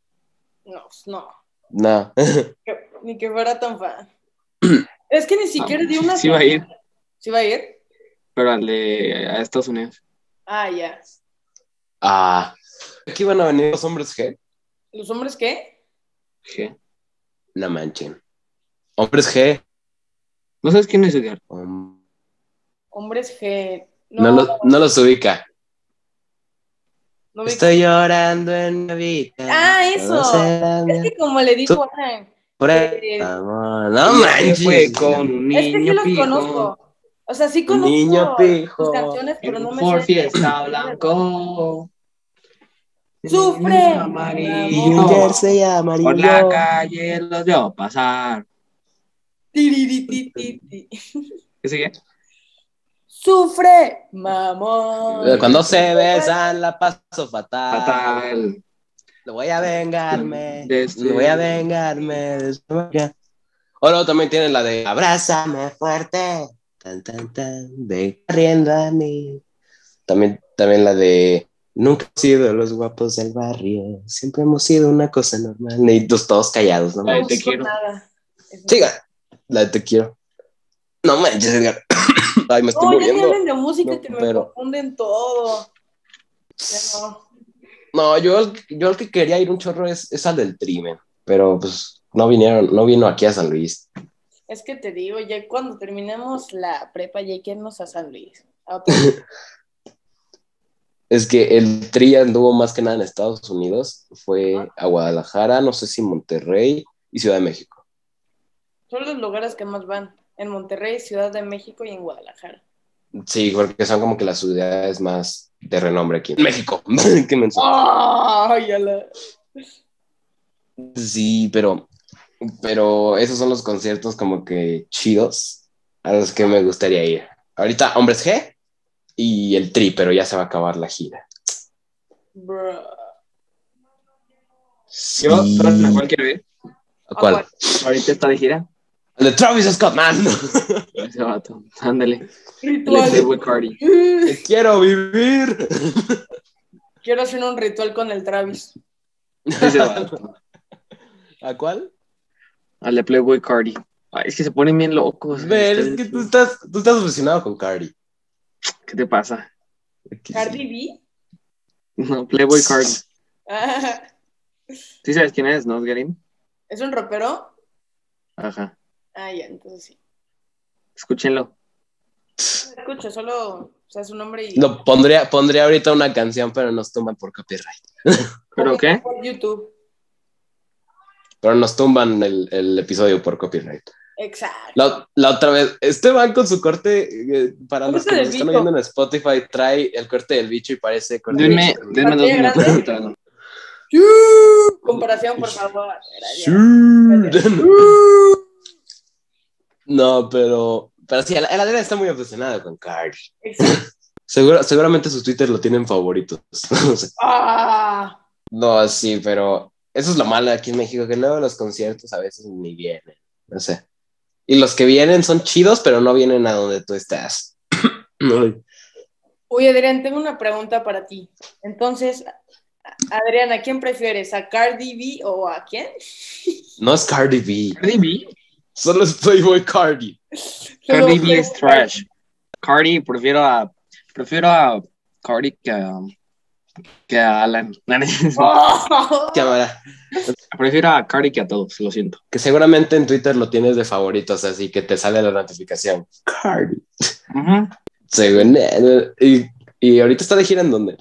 Speaker 2: No, pues, no.
Speaker 3: No.
Speaker 2: que- Ni que fuera tan fan. es que ni
Speaker 3: Ah,
Speaker 2: siquiera dio una.
Speaker 1: sí iba a ir,
Speaker 2: ¿Sí va a ir?
Speaker 1: pero al de a Estados Unidos.
Speaker 2: Ah, ya.
Speaker 3: ah. Aquí van a venir los hombres G.
Speaker 2: ¿Los hombres qué?
Speaker 1: Dije,
Speaker 3: No manchen. Hombres G.
Speaker 1: ¿No sabes quién es Edgar?
Speaker 3: Hom-
Speaker 2: Hombres que.
Speaker 3: No, lo- no los ubica.
Speaker 2: no vi-
Speaker 3: Estoy llorando en mi vida.
Speaker 2: Ah, eso.
Speaker 3: No será
Speaker 2: Es que como le dijo Ana,
Speaker 3: por
Speaker 2: eh,
Speaker 3: el amor. No
Speaker 1: Y
Speaker 3: manches.
Speaker 1: se Fue con un niño
Speaker 2: es que sí los
Speaker 1: pijo,
Speaker 2: conozco. O sea, sí conozco
Speaker 3: Niño pijo.
Speaker 2: sus canciones, pero
Speaker 1: en
Speaker 2: no
Speaker 1: un
Speaker 2: me
Speaker 1: Ford
Speaker 2: sé-
Speaker 1: Fiesta blanco.
Speaker 2: Sufre.
Speaker 1: Niño
Speaker 3: Y un
Speaker 1: Amarillo.
Speaker 3: jersey amarillo.
Speaker 1: Por la calle los veo pasar.
Speaker 2: Tiriritititi.
Speaker 1: ¿Qué sigue?
Speaker 2: Sufre, mamón.
Speaker 3: Cuando se besan la paso
Speaker 1: Ah.
Speaker 3: fatal.
Speaker 1: Fatal.
Speaker 3: Lo voy a vengarme.
Speaker 1: De este-
Speaker 3: Lo voy a vengarme. de su boca. O luego también tienen la de Abrázame fuerte. Tan, tan, tan. Ve corriendo a mí. También, también la de Nunca he sido los guapos del barrio. Siempre hemos sido una cosa normal. Y todos, todos callados, ¿no?
Speaker 2: No
Speaker 1: Ay, te
Speaker 2: uso
Speaker 1: quiero.
Speaker 2: nada.
Speaker 3: Siga. La de Te quiero. No manches, Edgar. Ay, me estoy
Speaker 2: No, ya me
Speaker 3: muriendo.
Speaker 2: hablan de música
Speaker 3: No,
Speaker 2: que me
Speaker 3: pero-
Speaker 2: confunden todo. Ya no.
Speaker 3: No, yo, al- yo al que quería ir un chorro es, es al del Trimen. Pero pues no vinieron, no vino aquí a San Luis.
Speaker 2: Es que te digo, ya cuando terminemos la prepa, ya hay que irnos a San Luis. A otro-
Speaker 3: Es que el Tri anduvo más que nada en Estados Unidos, fue a Guadalajara, no sé si Monterrey y Ciudad de México.
Speaker 2: Son los lugares que más van. En Monterrey, Ciudad de México y en Guadalajara.
Speaker 3: Sí, porque son como que las ciudades más de renombre aquí en México. Qué menso.
Speaker 2: ¡Ay, ala!
Speaker 3: Sí, pero, pero esos son los conciertos como que chidos a los que me gustaría ir. Ahorita Hombres G y el Tri, pero ya se va a acabar la gira.
Speaker 2: Bro.
Speaker 1: Yo,
Speaker 3: Sí.
Speaker 1: ¿sabes la cual quiero ir?
Speaker 3: ¿Cuál?
Speaker 1: Ahorita está de gira.
Speaker 3: El de Travis Scott, man.
Speaker 1: Ese vato. Ándale.
Speaker 2: Ritual.
Speaker 1: Electric Boy Cardi.
Speaker 3: Quiero vivir.
Speaker 2: Quiero hacer un ritual con el Travis.
Speaker 1: Ese vato.
Speaker 3: ¿A cuál?
Speaker 1: Al de Playboy Cardi. Ay, es que se ponen bien locos.
Speaker 3: Ver, es que tú estás, tú estás obsesionado con Cardi.
Speaker 1: ¿Qué te pasa?
Speaker 2: ¿Cardi B?
Speaker 1: No, Playboy Cardi.
Speaker 2: Ah,
Speaker 1: Sí sabes quién es, ¿no, Garim?
Speaker 2: ¿Es un ropero?
Speaker 1: Ajá.
Speaker 2: Ah, ya, entonces sí.
Speaker 1: Escúchenlo.
Speaker 2: No lo escucho, solo o sea, su nombre y...
Speaker 3: Lo pondría, pondría ahorita una canción, pero nos tumban por copyright.
Speaker 1: ¿Pero qué?
Speaker 2: Por YouTube.
Speaker 3: Pero nos tumban el, el episodio por copyright.
Speaker 2: Exacto.
Speaker 3: La, la otra vez, Esteban con su corte, eh, para los
Speaker 2: Corte
Speaker 3: que
Speaker 2: del
Speaker 3: nos están
Speaker 2: bicho.
Speaker 3: oyendo en Spotify, trae el corte del bicho y parece corte del
Speaker 1: Denme,
Speaker 3: bicho.
Speaker 1: denme dos
Speaker 2: Pantalla
Speaker 1: minutos.
Speaker 2: grande.
Speaker 1: ahorita vengo.
Speaker 2: Comparación, por favor.
Speaker 3: Sí.
Speaker 2: Gracias.
Speaker 3: No, pero, pero sí, el Adela está muy obsesionada con Cardi.
Speaker 2: Exacto.
Speaker 3: Seguro, seguramente sus Twitter lo tienen favoritos. No sé.
Speaker 2: Ah,
Speaker 3: No, sí, pero eso es lo malo aquí en México, que luego los conciertos a veces ni vienen, no sé. Y los que vienen son chidos, pero no vienen a donde tú estás. Ay.
Speaker 2: Oye, Adrián, tengo una pregunta para ti. Entonces, a- Adrián, ¿a quién prefieres? ¿A Cardi B o a quién?
Speaker 3: No es Cardi B,
Speaker 1: Cardi B.
Speaker 3: solo es Playboy Cardi.
Speaker 1: Cardi B es trash. Cardi, prefiero a. Prefiero a Cardi que a. Que a Alan.
Speaker 2: Oh,
Speaker 3: Cámara.
Speaker 1: Prefiero a Cari que a todos, lo siento.
Speaker 3: Que seguramente en Twitter lo tienes de favoritos, así que te sale la notificación. Cardi.
Speaker 1: Ujú.
Speaker 3: Según él, y, y ahorita está de gira en dónde?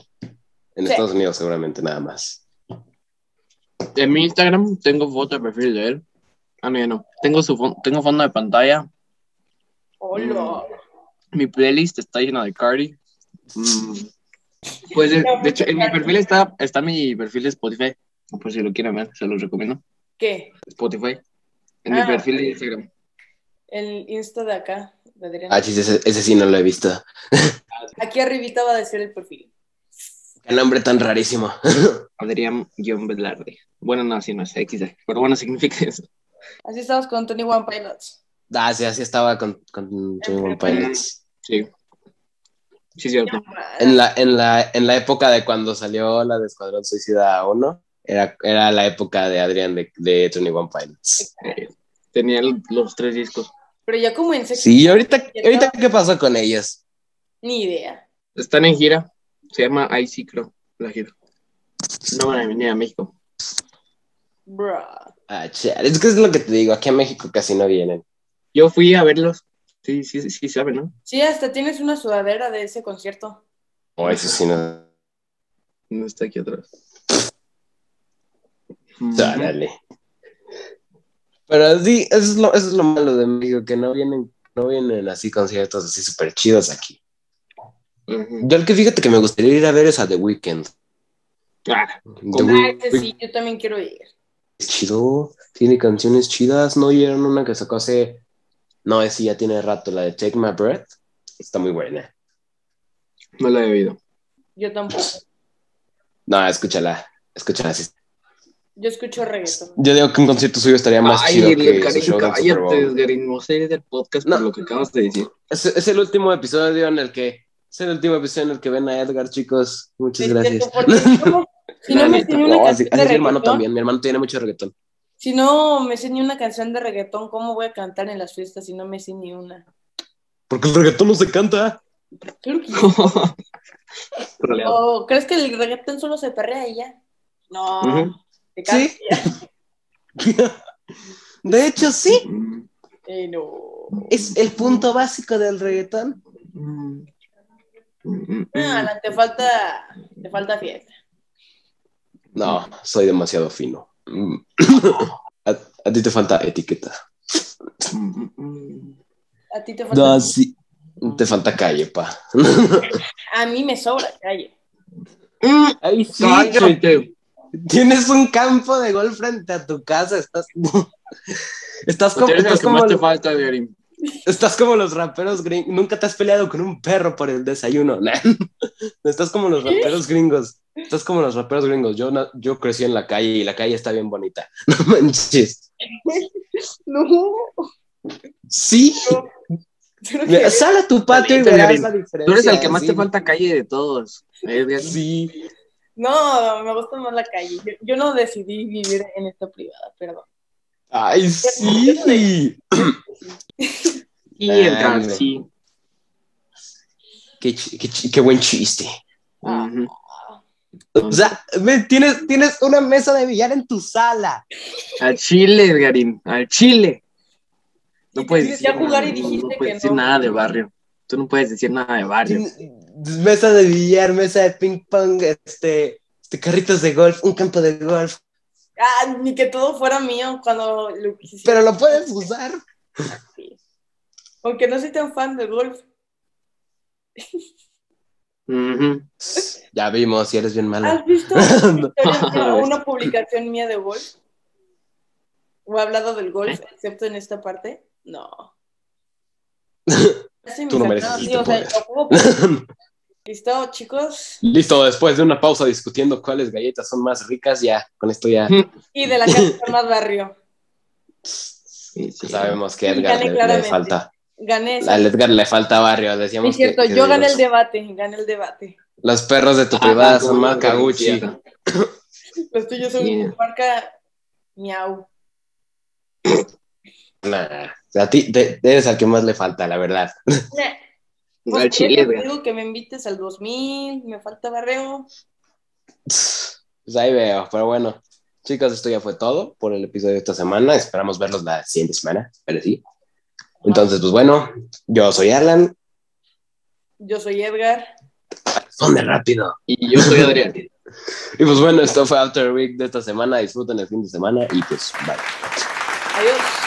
Speaker 3: En
Speaker 2: Sí.
Speaker 3: Estados Unidos, seguramente, nada más.
Speaker 1: En mi Instagram tengo foto de perfil de él. Ah, no, ya no. Tengo, su fon- tengo fondo de pantalla.
Speaker 2: Hola.
Speaker 1: Mi playlist está llena de Cardi. Mm, Pues de, de hecho, en mi perfil está, está mi perfil de Spotify. Por si lo quieren ver, se los recomiendo.
Speaker 2: ¿Qué?
Speaker 1: Spotify. En
Speaker 2: Ah.
Speaker 1: mi perfil de Instagram.
Speaker 2: El Insta de acá, de Adriana.
Speaker 3: Ah, chis, ese, ese sí no lo he visto.
Speaker 2: Aquí arribita va a decir el perfil.
Speaker 3: Qué nombre tan rarísimo.
Speaker 1: Adrián-Velarde. Bueno, no, así no es XD. Pero bueno, significa eso.
Speaker 2: Así estamos con Tony One Pilots.
Speaker 3: ah, sí, así estaba con, con Twenty One Pilots.
Speaker 1: Sí. Sí, es cierto.
Speaker 3: En la, en, la, en la época de cuando salió la de Escuadrón Suicida 1, era, era la época de Adrián de, de Twenty One Pilots.
Speaker 1: Eh, tenía el- los tres discos.
Speaker 2: Pero ya como en sexto,
Speaker 3: Sí, ¿y ahorita, ahorita ¿qué pasó con ellos?
Speaker 2: ni idea.
Speaker 1: Están en gira. Se llama IC, creo. La gira. No van a venir a México.
Speaker 2: Bro.
Speaker 3: Ah, chale, es que es lo que te digo, aquí a México casi no vienen.
Speaker 1: Yo fui a verlos. Sí, sí, sí, sí, saben, ¿no?
Speaker 2: Sí, hasta tienes una sudadera de ese concierto.
Speaker 3: O eso sí no.
Speaker 1: No está aquí atrás.
Speaker 3: Chale. Ah, Pero sí, eso es lo, eso es lo malo de México, que no vienen, no vienen así conciertos así súper chidos aquí.
Speaker 1: Ujú.
Speaker 3: Yo el que fíjate que me gustaría ir a ver es a The Weeknd.
Speaker 1: Ah,
Speaker 3: The
Speaker 2: Ah, este
Speaker 3: Weeknd
Speaker 2: sí, yo también quiero ir.
Speaker 3: es chido, tiene canciones chidas, ¿no oyeron una que sacó hace... No, es ya tiene rato, la de Take My Breath. Está muy buena.
Speaker 1: no lo he oído.
Speaker 2: Yo tampoco.
Speaker 3: No, escúchala, escúchala. sí.
Speaker 2: Yo escucho reggaetón.
Speaker 3: Yo digo que un concierto suyo estaría más
Speaker 1: Ay,
Speaker 3: chido que
Speaker 1: Edgar,
Speaker 3: su show del Super Bowl.
Speaker 1: cállate, Edgar, y no sé del podcast
Speaker 3: No.
Speaker 1: por lo que acabas de decir.
Speaker 3: Es, es el último episodio en el que. Es el último episodio en el que ven a Edgar, chicos. Muchas gracias.
Speaker 2: Este, Porque si no- si no me
Speaker 1: Gracias.
Speaker 2: enseñó una
Speaker 3: No, así,
Speaker 2: canción de
Speaker 3: así mi hermano
Speaker 2: reggaetón,
Speaker 3: también. Mi hermano tiene mucho reggaetón.
Speaker 2: si no me sé ni una canción de reggaetón, ¿cómo voy a cantar en las fiestas si no me sé ni una?
Speaker 3: Porque el reggaetón no se canta.
Speaker 2: Creo que-
Speaker 1: Troleado.
Speaker 2: ¿O crees que el reggaetón solo se perrea y ya? No,
Speaker 1: Ujú.
Speaker 2: te cansas.
Speaker 3: De hecho, sí.
Speaker 1: Mm,
Speaker 2: Eh, no.
Speaker 3: Es el punto básico del reggaetón.
Speaker 1: mm, mm,
Speaker 2: Ah,
Speaker 1: mm.
Speaker 2: no, te falta, te falta fiesta.
Speaker 1: Mm.
Speaker 3: No, soy demasiado fino. Mm. a, a ti te falta etiqueta.
Speaker 1: Mm, mm, mm.
Speaker 2: A ti te falta.
Speaker 3: No, sí. Te falta calle, pa.
Speaker 2: A mí me sobra calle.
Speaker 1: Mm,
Speaker 3: Ay, sí.
Speaker 1: cállate.
Speaker 3: Tienes un campo de gol frente a tu casa, estás estás como,
Speaker 1: Ustedes lo
Speaker 3: estás
Speaker 1: que más
Speaker 3: como,
Speaker 1: te falta, Edgar.
Speaker 3: estás como los raperos gringos, nunca te has peleado con un perro por el desayuno, nah. estás como los raperos gringos, estás como los raperos gringos, yo, na- yo crecí en la calle y la calle está bien bonita, no manches,
Speaker 2: No.
Speaker 3: sí,
Speaker 2: Creo que-
Speaker 3: Mira, sal a tu patio y
Speaker 1: Bonita,
Speaker 3: verás
Speaker 1: Gabriel.
Speaker 3: la diferencia.
Speaker 1: Tú eres el que más
Speaker 3: sí.
Speaker 1: te falta calle de todos, Edgar.
Speaker 3: Sí,
Speaker 2: No, me gusta más la calle. Yo, yo no decidí vivir en esta privada, perdón.
Speaker 3: ay, sí,
Speaker 1: Sí, Edgar,
Speaker 3: Dale.
Speaker 1: sí.
Speaker 3: qué, chi- qué chi- qué buen chiste.
Speaker 2: Ah.
Speaker 1: Ujú.
Speaker 3: O sea, ve, tienes, tienes una mesa de billar en tu sala.
Speaker 1: Al Chile, Edgarín, al Chile. No
Speaker 2: Y te
Speaker 1: puedes
Speaker 2: fuiste a jugar y
Speaker 1: nada,
Speaker 2: dijiste
Speaker 1: no
Speaker 2: que
Speaker 1: puedes decir
Speaker 2: no.
Speaker 1: nada de barrio. Tú no puedes decir nada de barrio.
Speaker 3: Mesa de billar, mesa de ping pong, este, este carritos de golf, un campo de golf,
Speaker 2: Ah, ni que todo fuera mío cuando lo quisiera.
Speaker 3: pero lo puedes usar.
Speaker 2: Aunque no soy tan fan del golf.
Speaker 1: Ujú.
Speaker 3: Ya vimos, si eres bien malo.
Speaker 2: ¿Has visto
Speaker 3: No.
Speaker 2: una, una publicación mía de golf? ¿O he hablado del
Speaker 3: ¿Eh?
Speaker 2: golf, excepto en esta parte? No.
Speaker 3: Tú no mereces este poder.
Speaker 2: Listo, chicos.
Speaker 3: Listo, después de una pausa discutiendo cuáles galletas son más ricas, ya, con esto ya
Speaker 2: Y de la casa más barrio.
Speaker 1: Sí, sí.
Speaker 3: sabemos que a
Speaker 2: Y
Speaker 3: Edgar
Speaker 2: gané
Speaker 3: le- le,
Speaker 2: claramente.
Speaker 3: falta.
Speaker 2: Gané. esa-
Speaker 3: A Edgar le falta barrio,
Speaker 2: Sí,
Speaker 3: decíamos
Speaker 2: es cierto,
Speaker 3: que, que
Speaker 2: yo gané el
Speaker 3: los,
Speaker 2: debate, gané el debate.
Speaker 3: los perros de tu privada son más caguchi.
Speaker 2: Los tuyos son
Speaker 1: Yeah.
Speaker 2: marca miau.
Speaker 3: Nah, a ti te- eres al que más le falta, la verdad.
Speaker 2: Pues,
Speaker 1: Al Chile,
Speaker 2: yo te
Speaker 1: Edgar.
Speaker 2: digo que me invites al 2000, me falta barreo.
Speaker 3: Pues ahí veo, pero bueno. Chicas, esto ya fue todo por el episodio de esta semana. Esperamos verlos la siguiente semana, pero sí. Entonces, pues bueno, yo soy Alan.
Speaker 2: Yo soy Edgar.
Speaker 3: Responde rápido.
Speaker 1: Y yo soy Adrián.
Speaker 3: Y pues bueno, esto fue After Week de esta semana. Disfruten el fin de semana y pues bye.
Speaker 2: Adiós.